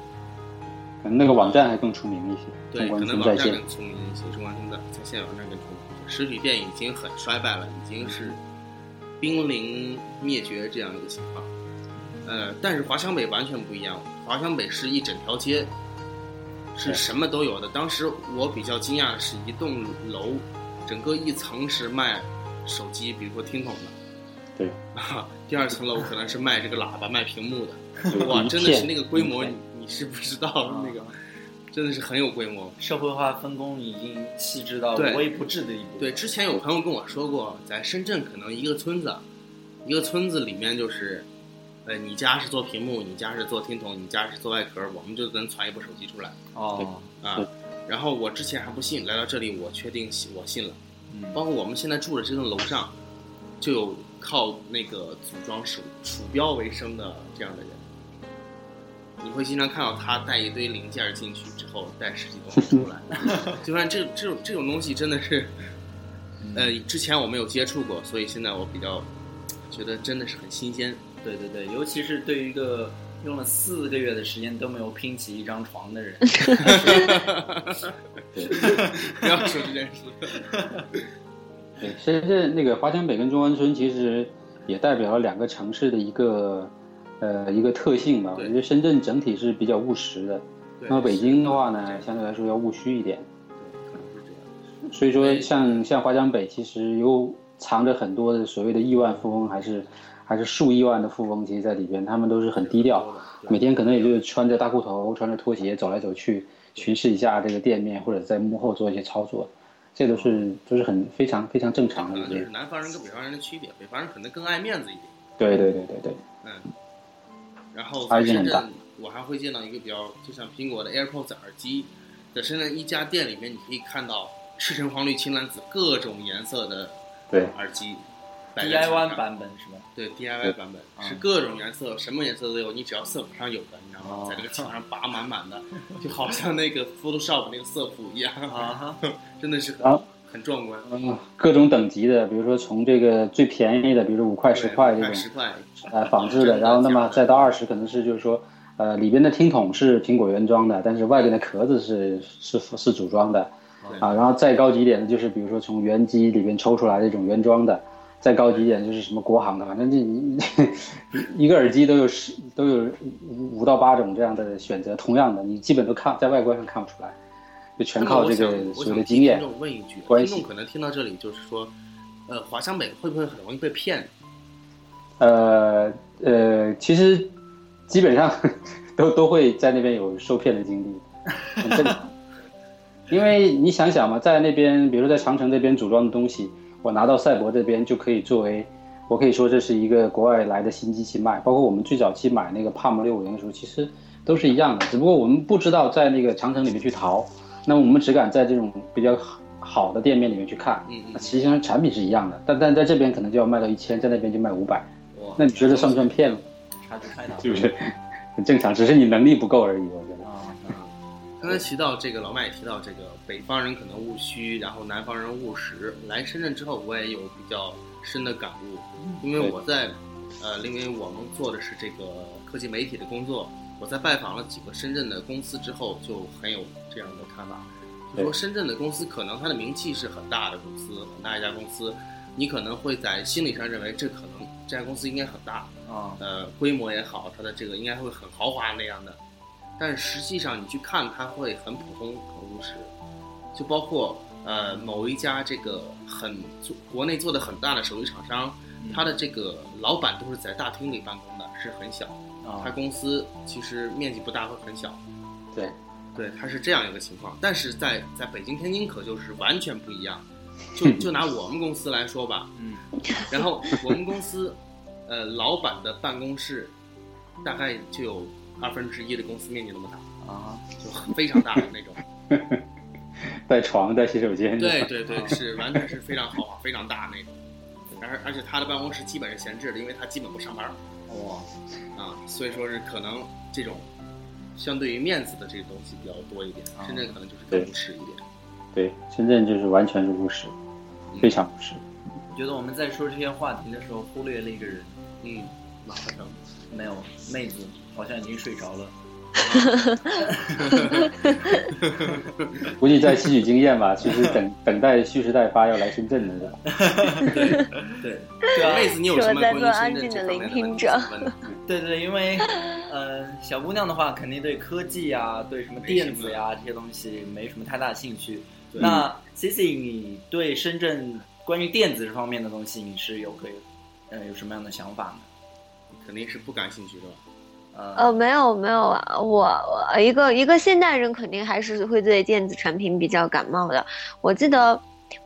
可能那个网站还更出名一些，对，中可能关村网在站线。更聪明一些，中关村在在线网站更聪明一些。实体店已经很衰败了，已经是濒临灭绝这样一个情况。呃，但是华强北完全不一样，华强北是一整条街，是对什么都有的。当时我比较惊讶的是，一栋楼整个一层是卖手机，比如说听筒的。对啊，第二层楼可能是卖这个喇叭、卖屏幕的，对哇，一真的是片那个规模，一你片你是不知道的那个，真的是很有规模。社会化分工已经细致到对无微不至的一步。对，之前有朋友跟我说过，在深圳可能一个村子，一个村子里面就是，呃，你家是做屏幕，你家是做听筒，你家是做外壳，我们就能传一部手机出来哦，啊对。然后我之前还不信，来到这里我确定信我信了。嗯，包括我们现在住的这栋楼上，就有靠那个组装鼠鼠标为生的这样的人。你会经常看到他带一堆零件儿进去之后，带十几东西出来，就发现这这种这种东西真的是，呃，之前我没有接触过，所以现在我比较觉得真的是很新鲜。对对对，尤其是对于一个用了四个月的时间都没有拼起一张床的人， 不要说这件事。对，深圳那个华强北跟中关村其实也代表了两个城市的一个呃一个特性吧。我对觉得深圳整体是比较务实的，对那么北京的话呢，相对来说要务虚一点。可能是这样。所以说对像，像华强北其实有藏着很多的所谓的亿万富翁，还是还是数亿万的富翁，其实在里边，他们都是很低调， 对每天可能也就是穿着大裤头、穿着拖鞋走来走去，巡视一下这个店面，或者在幕后做一些操作，这都是都是很非常非常正常可的。能我就觉是得南方人跟北方人的区别，北方人可能更爱面子一点。对对对对对，嗯，然后差在异深很大圳，我还会见到一个比较，就像苹果的 AirPods 耳机，在深圳一家店里面，你可以看到赤橙黄绿青蓝紫各种颜色的对耳机摆在墙 DIY 上版本是 吧？对对 DIY 版本、嗯是各种颜色，什么颜色都有，你只要色谱上有的，你知道吗？哦在这个墙上拔满满的，就好像那个 Photoshop 那个色谱一样，啊哈，真的是很、啊很壮观。嗯，各种等级的，比如说从这个最便宜的，比如说五块、十块这种块，十块，呃仿制的，然后那么再到二十，可能是就是说，呃里边的听筒是苹果原装的，但是外边的壳子是是是组装的，啊，然后再高级一点的就是比如说从原机里边抽出来这种原装的，再高级一点就是什么国行的，反正这你 一个耳机都有十都有五到八种这样的选择，同样的你基本都看在外观上看不出来，就全那么靠我这想个我所想谓的替经验听。众问一句，关听系众可能听到这里就是说，呃，华强北会不会很容易被骗？呃呃，其实基本上 都都会在那边有受骗的经历，很正常。因为你想想嘛，在那边，比如说在长城这边组装的东西，我拿到赛博这边就可以作为，我可以说这是一个国外来的新机器卖。包括我们最早期买那个帕姆六五零的时候，其实都是一样的，只不过我们不知道在那个长城里面去淘，那么我们只敢在这种比较好好的店面里面去看。嗯嗯那实际上产品是一样的，但但在这边可能就要卖到一千，在那边就卖五百。哇，那你觉得算不算骗 了？差距太大了是不是？很正常，只是你能力不够而已。我觉得，啊？刚才提到这个，老麦也提到这个，北方人可能务虚，然后南方人务实。来深圳之后，我也有比较深的感悟，因为我在，呃，因为我们做的是这个科技媒体的工作，我在拜访了几个深圳的公司之后，就很有这样的看法，就说对深圳的公司可能它的名气是很大的公司，很大一家公司，你可能会在心理上认为这可能这家公司应该很大，啊，呃规模也好，它的这个应该会很豪华那样的，但是实际上你去看，它会很普通、很务实。就包括呃某一家这个很做国内做的很大的手机厂商，嗯它的这个老板都是在大厅里办公的，是很小。它啊，嗯公司其实面积不大，会很小。对，对，它是这样一个情况。但是在在北京、天津可就是完全不一 样。就就拿我们公司来说吧，嗯，然后我们公司，呃，老板的办公室大概就有二分之一的公司面积那么大，啊，就很非常大的那种。带床带洗手间，对对对，是完全是非常豪华、非常大那种。而而且他的办公室基本是闲置的，因为他基本不上班儿哇，啊，所以说是可能这种相对于面子的这个东西比较多一点啊。深圳可能就是更务实一点。对，深圳就是完全是务实，非常务实。我觉得我们在说这些话题的时候忽略了一个人，嗯，马化腾，没有，妹子好像已经睡着了。估计在吸取经 验吧，其实等等待蓄势待发要来深圳的是吧？对，对啊，妹子，你有什是么我在关于做深安圳静这的方聆面的问听题者想问的？对对，因为 呃，小姑娘的话，肯定对科技啊，对什么电子呀、这些东西没什么太大兴趣。对那 C C，你对深圳关于电子这方面的东西，你是有可以呃有什么样的想法呢？肯定是不感兴趣的吧？呃，呃，没有没有啊，我我一个一个现代人肯定还是会对电子产品比较感冒的。我记得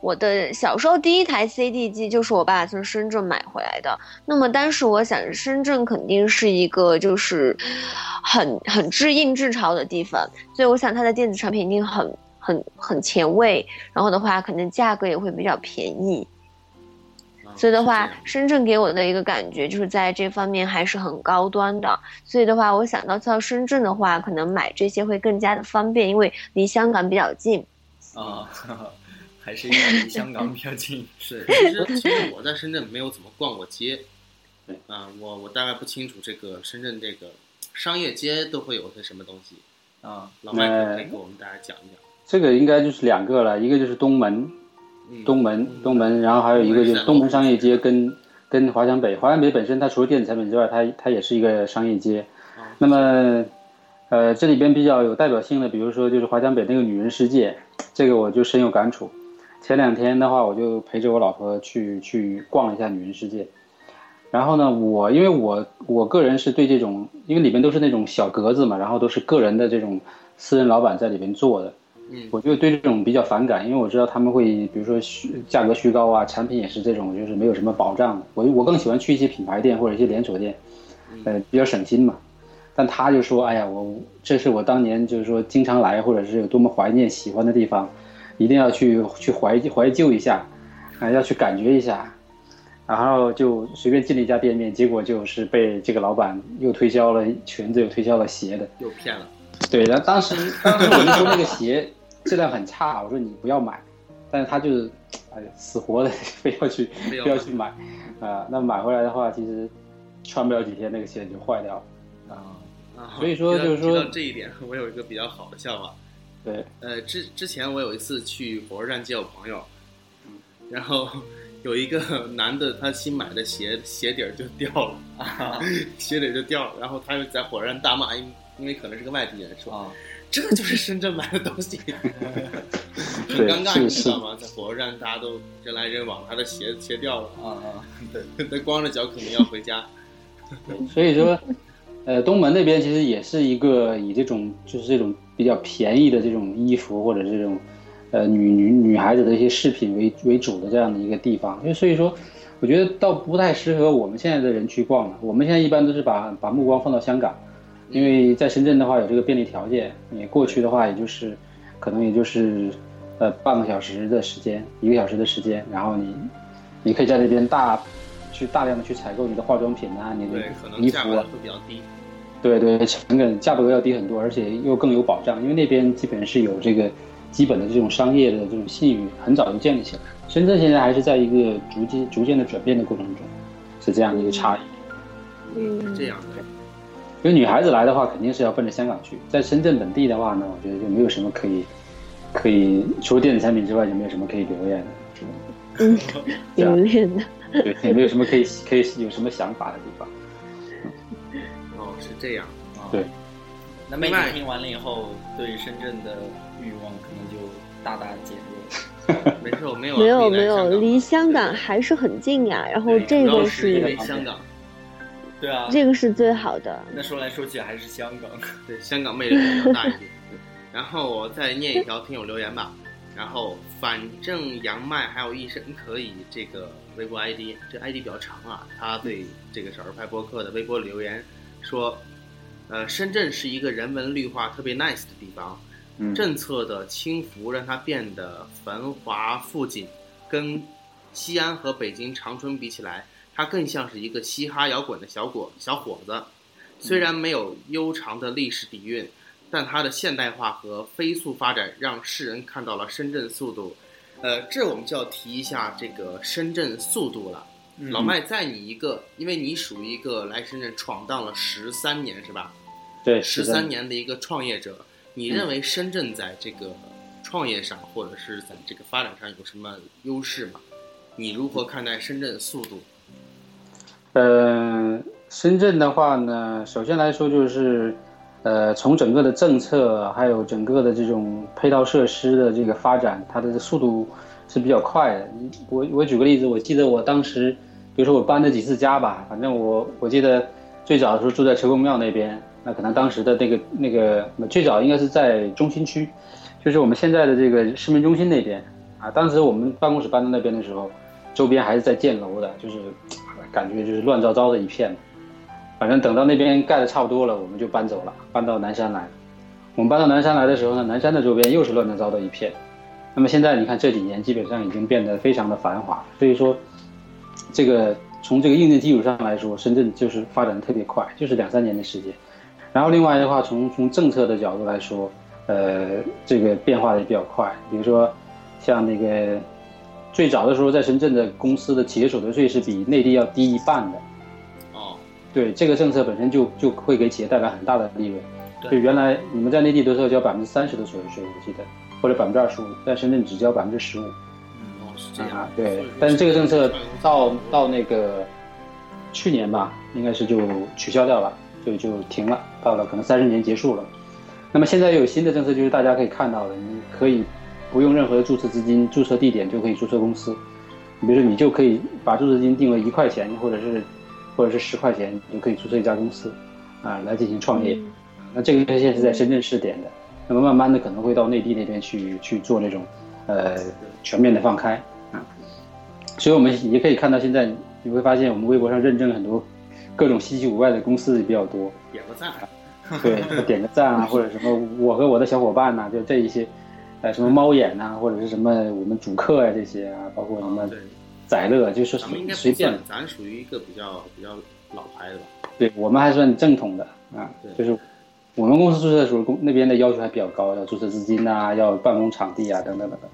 我的小时候第一台 CD 机就是我爸从深圳买回来的。那么当时我想，深圳肯定是一个就是很很制硬制潮的地方，所以我想它的电子产品一定很很很前卫。然后的话，可能价格也会比较便宜。啊所以的是话这样，深圳给我的一个感觉就是在这方面还是很高端的。所以的话，我想到到深圳的话，可能买这些会更加的方便，因为离香港比较近。啊、 还是因为离香港比较近。是，其实其实我在深圳没有怎么逛过街， 对啊、我我大概不清楚这个深圳这个商业街都会有些什么东西，啊，老麦可呃以给我们大家讲一讲。这个应该就是两个了，一个就是东门，嗯，东门，东门，然后还有一个就是东东门门商商业业街街跟跟华强北，华强北本身它除了电子产品之外，它它也是一个商业街。啊那么，呃，这里边比较有代表性的，比如说就是华强北那个女人世界，这个我就深有感触。前两天的话，我就陪着我老婆去去逛了一下女人世界。然后呢，我因为我我个人是对这种，因为里面都是那种小格子嘛，然后都是个人的这种私人老板在里面做的，嗯我就对这种比较反感，因为我知道他们会，比如说虚价格虚高啊，产品也是这种，就是没有什么保障的。我我更喜欢去一些品牌店或者一些连锁店，呃，比较省心嘛。但他就说：“哎呀，我这是我当年就是说经常来，或者是有多么怀念喜欢的地方，一定要去去怀怀旧一下，啊、要去感觉一下。”然后就随便进了一家店面，结果就是被这个老板又推销了裙子，又推销了鞋的。又骗了， 对，然后当时当时我就说那个鞋质量很差，我说你不要买，但是他就是，哎，死活的非要去非要非要去买，啊、那买回来的话，其实穿不了几天那个鞋就坏掉了。啊，啊所以说提到就是说提到这一点，我有一个比较好的笑话。对，呃，之之前我有一次去火车站接我朋友，嗯然后有一个 男的，他新买的鞋鞋底儿就掉了，啊 鞋底儿就掉了，然后他就在火车站大骂，因因为可能是个外地人，说、啊，这就是深圳买的东 西，很对尴尬，是你知是道吗？在火车站大家都人来人往，他的鞋鞋掉了， 啊啊，他光着脚可能要回家。所以说，呃，东门那边其实也是一个以这种就是这种比较便宜的这种衣服或者这种，呃，女女女孩子的一些饰品为为主的这样的一个地方，因为所以说，我觉得倒不太适合我们现在的人去逛了。我们现在一般都是把把目光放到香港，因为在深圳的话有这个便利条件，你过去的话也就是，可能也就是，呃，半个小时的时间，一个小时的时间，然后你，你可以在那边大。去大量的去采购你的化妆品啊，你的对，可能衣价服格啊，会比较低。对对，成本价格要低很多，而且又更有保障，因为那边基本是有这个基本的这种商业的这种信誉，很早就建立起来。深圳现在还是在一个逐渐逐渐的转变的过程中，是这样的一个差异。嗯这样的，因为女孩子来的话，肯定是要奔着香港去，在深圳本地的话呢，我觉得就没有什么可以可以除了电子产品之外，就没有什么可以留恋的。嗯，这样有点的，啊对，也没有什么可以可以有什么想法的地方。哦，是这 样。啊对。那妹另外子听完了以后，对深圳的欲望可能就大大减 弱。没事，我没有没啊有你来没香有，港离香港还是很近呀。然后对这主要个是因为是香港，对啊，这个是最好的。那说来说去还是香港。对香港魅力比较大一点。然后我再念一条听友留言吧。然后反正杨麦还有一生可以这个微博 ID，这 ID 比较长啊。他对这个少儿派播客的微博留言说，呃，深圳是一个人文绿化特别 nice 的地方，嗯，政策的轻浮让它变得繁华富锦，跟西安和北京长春比起来，它更像是一个嘻哈摇滚的小伙小伙子。虽然没有悠长的历史底蕴，但它的现代化和飞速发展让世人看到了深圳速度。呃，这我们就要提一下这个深圳速度了。老麦，在你一个，因为你属于一个来深圳闯荡了十三年，是吧？对，十是的三年的一个创业者，你嗯认为深圳在这个创业上，或者是在这个发展上有什么优势吗？你如何看待深圳的速度？呃，深圳的话呢，首先来说就是，呃，从整个的政策，还有整个的这种配套设施的这个发展，它的速度是比较快的。你我我举个例子，我记得我当时，比如说我搬了几次家吧，反正我我记得最早的时候住在车公庙那边，那可能当时的那个那个最早应该是在中心区，就是我们现在的这个市民中心那边啊。当时我们办公室搬到那边的时候，周边还是在建楼的，就是呃感觉就是乱糟糟的一片。反正等到那边盖的差不多了，我们就搬走了，搬到南山来。我们搬到南山来的时候呢，南山的周边又是乱糟糟的一片。那么现在你看这几年基本上已经变得非常的繁华，所以说，这个从这个硬件基础上来说，深圳就是发展得特别快，就是两三年的时间。然后另外的话，从从政策的角度来说，呃，这个变化也比较快。比如说，像那个最早的时候，在深圳的公司的企业所得税是比内地要低一半的，哦对这个政策本身就就会给企业带来很大的利润。对就原来你们在内地多少交百分之三十的所得税，我记得，或者百分之二十五，在深圳只交百分之十五。嗯哦，是这样啊，。对，但是这个政策到到那个去年吧，应该是就取消掉了，就就停了，到了可能三十年结束了。那么现在又有新的政策，就是大家可以看到的，你可以不用任何的注册资金、注册地点就可以注册公司。比如说，你就可以把注册金定为一块钱，或者是或者是十块钱，你就可以注册一家公司，啊，来进行创业。嗯那这个现在是在深圳试点的，那么慢慢的可能会到内地那边去去做这种，呃，全面的放开啊。所以我们也可以看到，现在你会发现我们微博上认证很多各种稀奇古怪的公司也比较多，点个啊赞，对，点个赞啊，或者什么我和我的小伙伴呐、就这一些，呃，什么猫眼呐、或者是什么我们主客呀、这些啊，包括什么哦对，载乐，就说咱们应该不随便算，咱属于一个比较比较老牌的吧。对我们还算正统的啊对，就是我们公司注册的时候，公那边的要求还比较高，要注册资金啊，要办公场地啊，等等等等。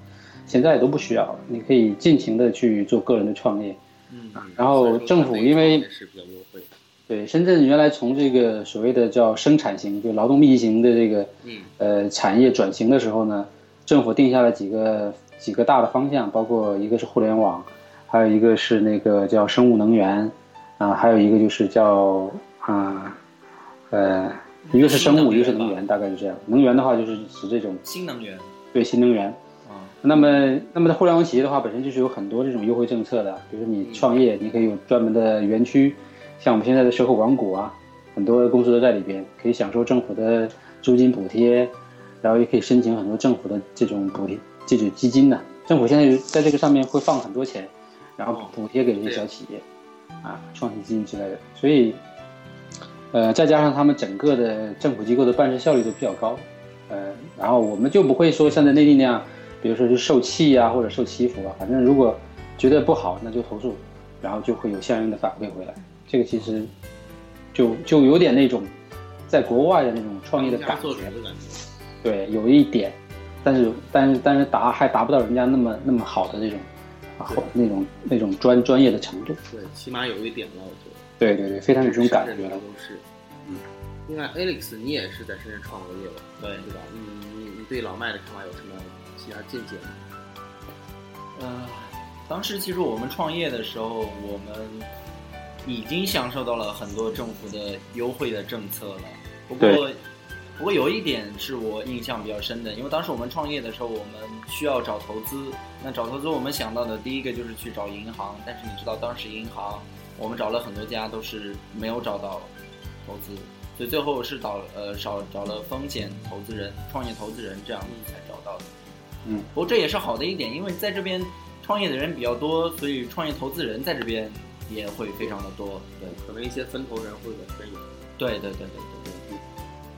现在都不需要了，你可以尽情的去做个人的创业。嗯嗯然后政府因为是比较优惠，对，深圳原来从这个所谓的叫生产型，就劳动密集型的这个嗯，呃产业转型的时候呢，政府定下了几个几个大的方向，包括一个是互联网，还有一个是那个叫生物能源，啊、还有一个就是叫啊呃一个是生物，一个是能源，大概是这样。能源的话就是指这种新能源对新能源。啊，那么，那么在互联网企业的话，本身就是有很多这种优惠政策的，比如说你创业，你可以有专门的园区，像我们现在的社会网股啊，很多公司都在里边，可以享受政府的租金补贴，然后也可以申请很多政府的这种补贴，这种基金呢、政府现在在这个上面会放很多钱，然后补贴给这些小企业，啊，创新基金之类的，所以，呃，再加上他们整个的政府机构的办事效率都比较高，呃，然后我们就不会说像在内地那样，比如说是受气啊或者受欺负啊，反正如果觉得不好，那就投诉，然后就会有相应的反馈回来。这个其实就就有点那种在国外的那种创业的家感做主觉，的感觉，对，有一点，但是但是但是达还达不到人家那么那么好的这种，啊后那种那种专专业的程度。对，起码有一点了，我觉得。对对对，非常有这种感深觉嗯圳了的。都是。另外，Alex，你也是在深圳创过业吧？对对吧？你你你对老麦的看法有什么其他见解吗？呃，当时其实我们创业的时候，我们已经享受到了很多政府的优惠的政策了。不过对，不过有一点是我印象比较深的，因为当时我们创业的时候，我们需要找投资。那找投资，我们想到的第一个就是去找银行，但是你知道，当时银行我们找了很多家都是没有找到投资，所以最后是找呃找找了风险投资人、创业投资人这样才找到的。嗯，不过这也是好的一点，因为在这边创业的人比较多，所以创业投资人在这边也会非常的多。对，可能一些分头人会本身有对对对对对对。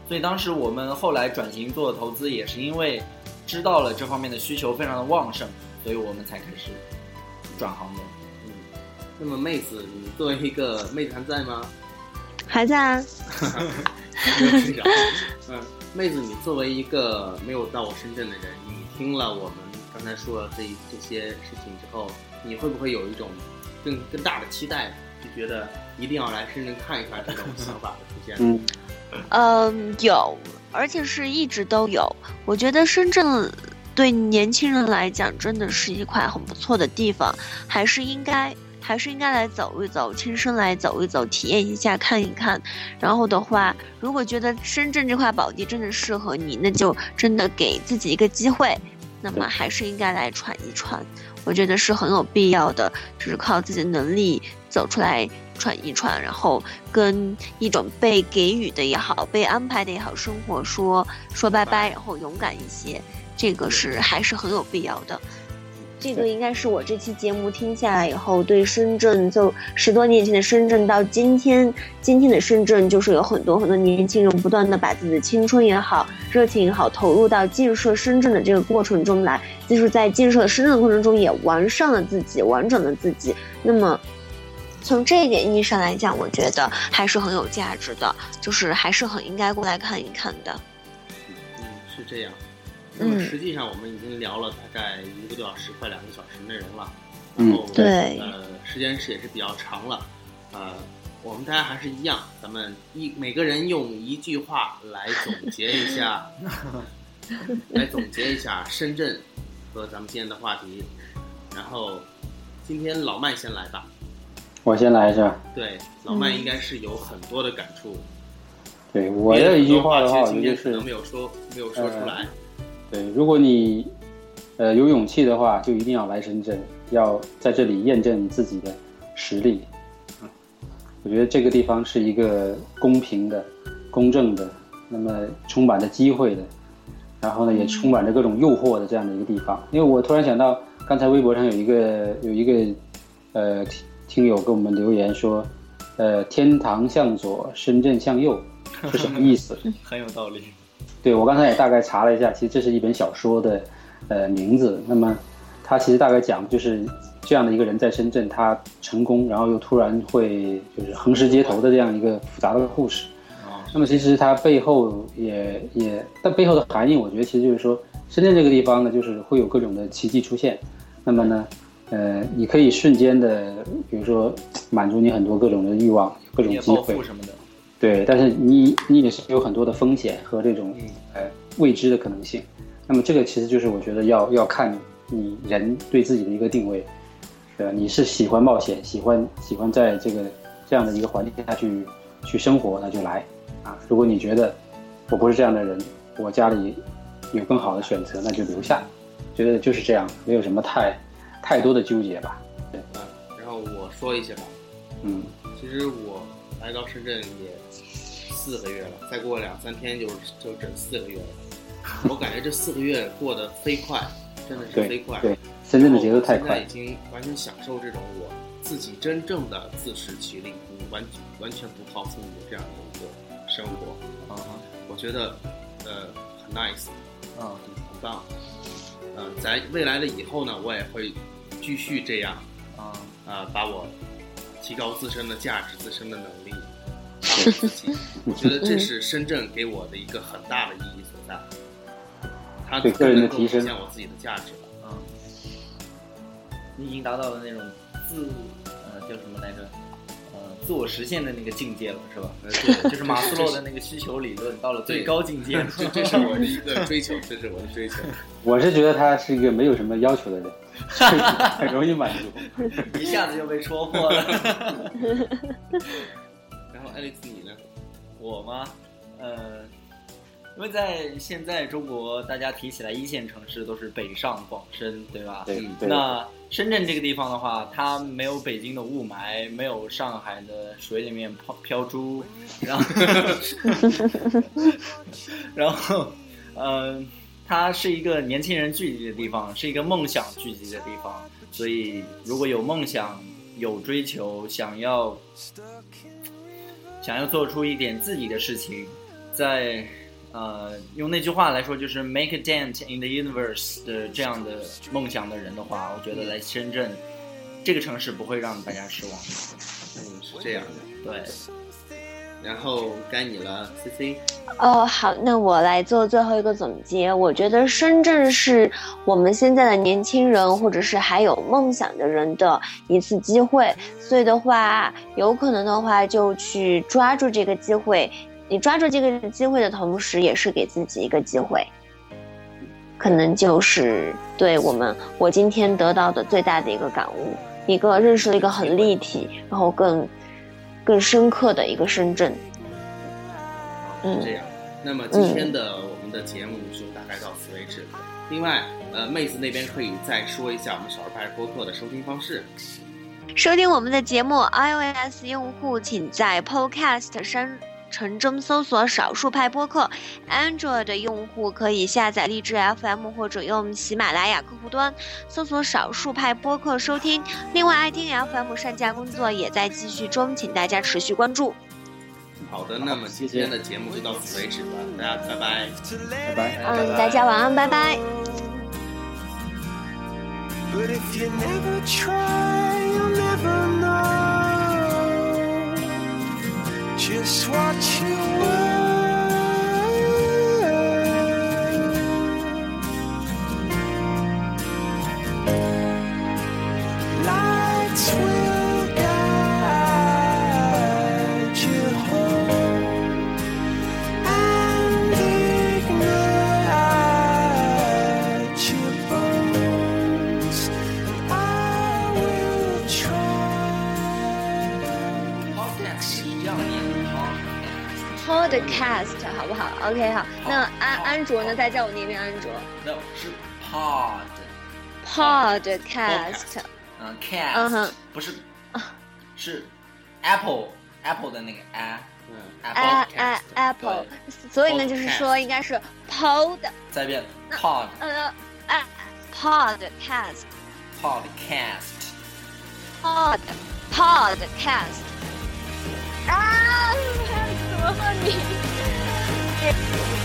所以当时我们后来转型做投资，也是因为知道了这方面的需求非常的旺盛，所以我们才开始转行的。嗯。那么妹子，你作为一个妹子还在吗？还在啊，没有听着。 嗯，妹子，你作为一个没有到深圳的人，你听了我们刚才说的这一这些事情之后，你会不会有一种更更大的期待，就觉得一定要来深圳看一看这种想法的出现？嗯，嗯，有，而且是一直都有。我觉得深圳对年轻人来讲真的是一块很不错的地方，还是应该还是应该来走一走，亲身来走一走，体验一下，看一看。然后的话，如果觉得深圳这块宝地真的适合你，那就真的给自己一个机会。那么对还是应该来闯一闯，我觉得是很有必要的，就是靠自己的能力走出来闯一闯，然后跟一种被给予的也好，被安排的也好，生活说说拜拜，然后勇敢一些，这个是还是很有必要的。这个应该是我这期节目听下来以后，对深圳就十多年前的深圳到今天，今天的深圳就是有很多很多年轻人不断的把自己的青春也好、热情也好，投入到建设深圳的这个过程中来，就是在建设深圳的过程中也完善了自己，完整了自己。那么。从这一点意义上来讲，我觉得还是很有价值的，就是还是很应该过来看一看的。嗯，是这样。那么嗯实际上我们已经聊了大概一个多小时，快两个小时内容了。嗯然后对呃，时间是也是比较长了。呃，我们大家还是一样，咱们一每个人用一句话来总结一下，来总结一下深圳和咱们今天的话题。然后今天老麦先来吧，我先来是吧？对，老麦应该是有很多的感触。对我也有的很一句多话的话，话，我其实觉今天得就可是能没有说没有说出来。对，如果你呃有勇气的话，就一定要来深圳，要在这里验证你自己的实力。啊我觉得这个地方是一个公平的、公正的，那么充满着机会的，然后呢也充满着各种诱惑的这样的一个地方。因为我突然想到，刚才微博上有一个有一个呃听听友给我们留言说，呃天堂向左，深圳向右是什么意思？很有道理。对我刚才也大概查了一下，其实这是一本小说的呃名字。那么它其实大概讲就是这样的一个人在深圳，他成功，然后又突然会就是横尸街头的这样一个复杂的故事。啊，那么其实它背后也也，但背后的含义，我觉得其实就是说，深圳这个地方呢，就是会有各种的奇迹出现。那么呢，呃，你可以瞬间的，比如说满足你很多各种的欲望，各种夜机暴会富。什么的，对，但是你你也是有很多的风险和这种嗯呃哎未知的可能性。那么这个其实就是我觉得要要看你人对自己的一个定位，呃，你是喜欢冒险，喜欢喜欢在这个这样的一个环境下去去生活，那就来啊。如果你觉得我不是这样的人，我家里有更好的选择，那就留下。觉得就是这样，没有什么太太多的纠结吧。呃然后我说一下吧，嗯，其实我来到深圳也四个月了，再过两三天就就整四个月了。我感觉这四个月过得飞快，真的是对飞快。对，深圳的节奏太然后我现在已。快经完全享受这种我自己真正的自食其力，完完全不靠父母这样的一个生活。啊我觉得，呃，很 nice，啊，很很棒。呃，在未来的以后呢，我也会继续这样，啊，啊，把我提高自身的价值、自身的能 力，发挥自己。我觉得这是深圳给我的一个很大的意义所在，它对个人的能够提升体现我自己的价值吧。啊，你已经达到了那种自呃叫什么来着？呃，自我实现的那个境界了，是吧？呃对，就是马斯洛的那个需求理论到了最高境界， 这这是我的一个追求，这是我的追求。我是觉得他是一个没有什么要求的人， 很容易满足。一下子就被戳破了。 然后爱丽丝你呢？我吗？呃，因为在现在中国，大家提起来一线城市都是北上广深，对吧？对嗯对，那深圳这个地方的话，它没有北京的雾霾，没有上海的水里面泡飘猪，然后， 然后，呃，它是一个年轻人聚集的地方，是一个梦想聚集的地方。所以，如果有梦想、有追求，想要想要做出一点自己的事情，在呃，用那句话来说，就是 make a dent in the universe 的这样的梦想的人的话，我觉得来深圳这个城市不会让大家失望。嗯，是这样的。对，然后该你了，C C。哦，好，那我来做最后一个总结。我觉得深圳是我们现在的年轻人，或者是还有梦想的人的一次机会。所以的话，有可能的话就去抓住这个机会。你抓住这个机会的同时，也是给自己一个机会。可能就是对我们我今天得到的最大的一个感悟，一个认识了一个很立体，然后更更深刻的一个深圳。嗯这样，那么嗯今天的我们的节目就大概到此为止。另外，呃，妹子那边可以再说一下我们小二派播客的收听方式。收听我们的节目，iOS 用户请在 Podcast 生成中搜索“少数派播客”。Android 的用户可以下载荔枝 FM 或者用喜马拉雅客户端搜索“少数派播客”收听。另外，爱听 FM 上架工作也在继续中，请大家持续关注。好的，那么今天的节目就到此为止了，大家拜拜。拜拜。嗯，大家晚安，拜拜。 But if you never try, you'll never know. Just watch your world. Lights will guide 是 cast 好不好？OK 好，那好安好安卓好呢？再叫我念一遍安卓那是 pod， ，podcast 嗯，cat，、嗯哼啊不是，是 apple apple 的那个 a，嗯 apple，、 a a podcast， apple，对所以呢就是说应该是 pod 再一遍 pod 呃啊 podcast podcast。 pod podcast 啊，怎么你？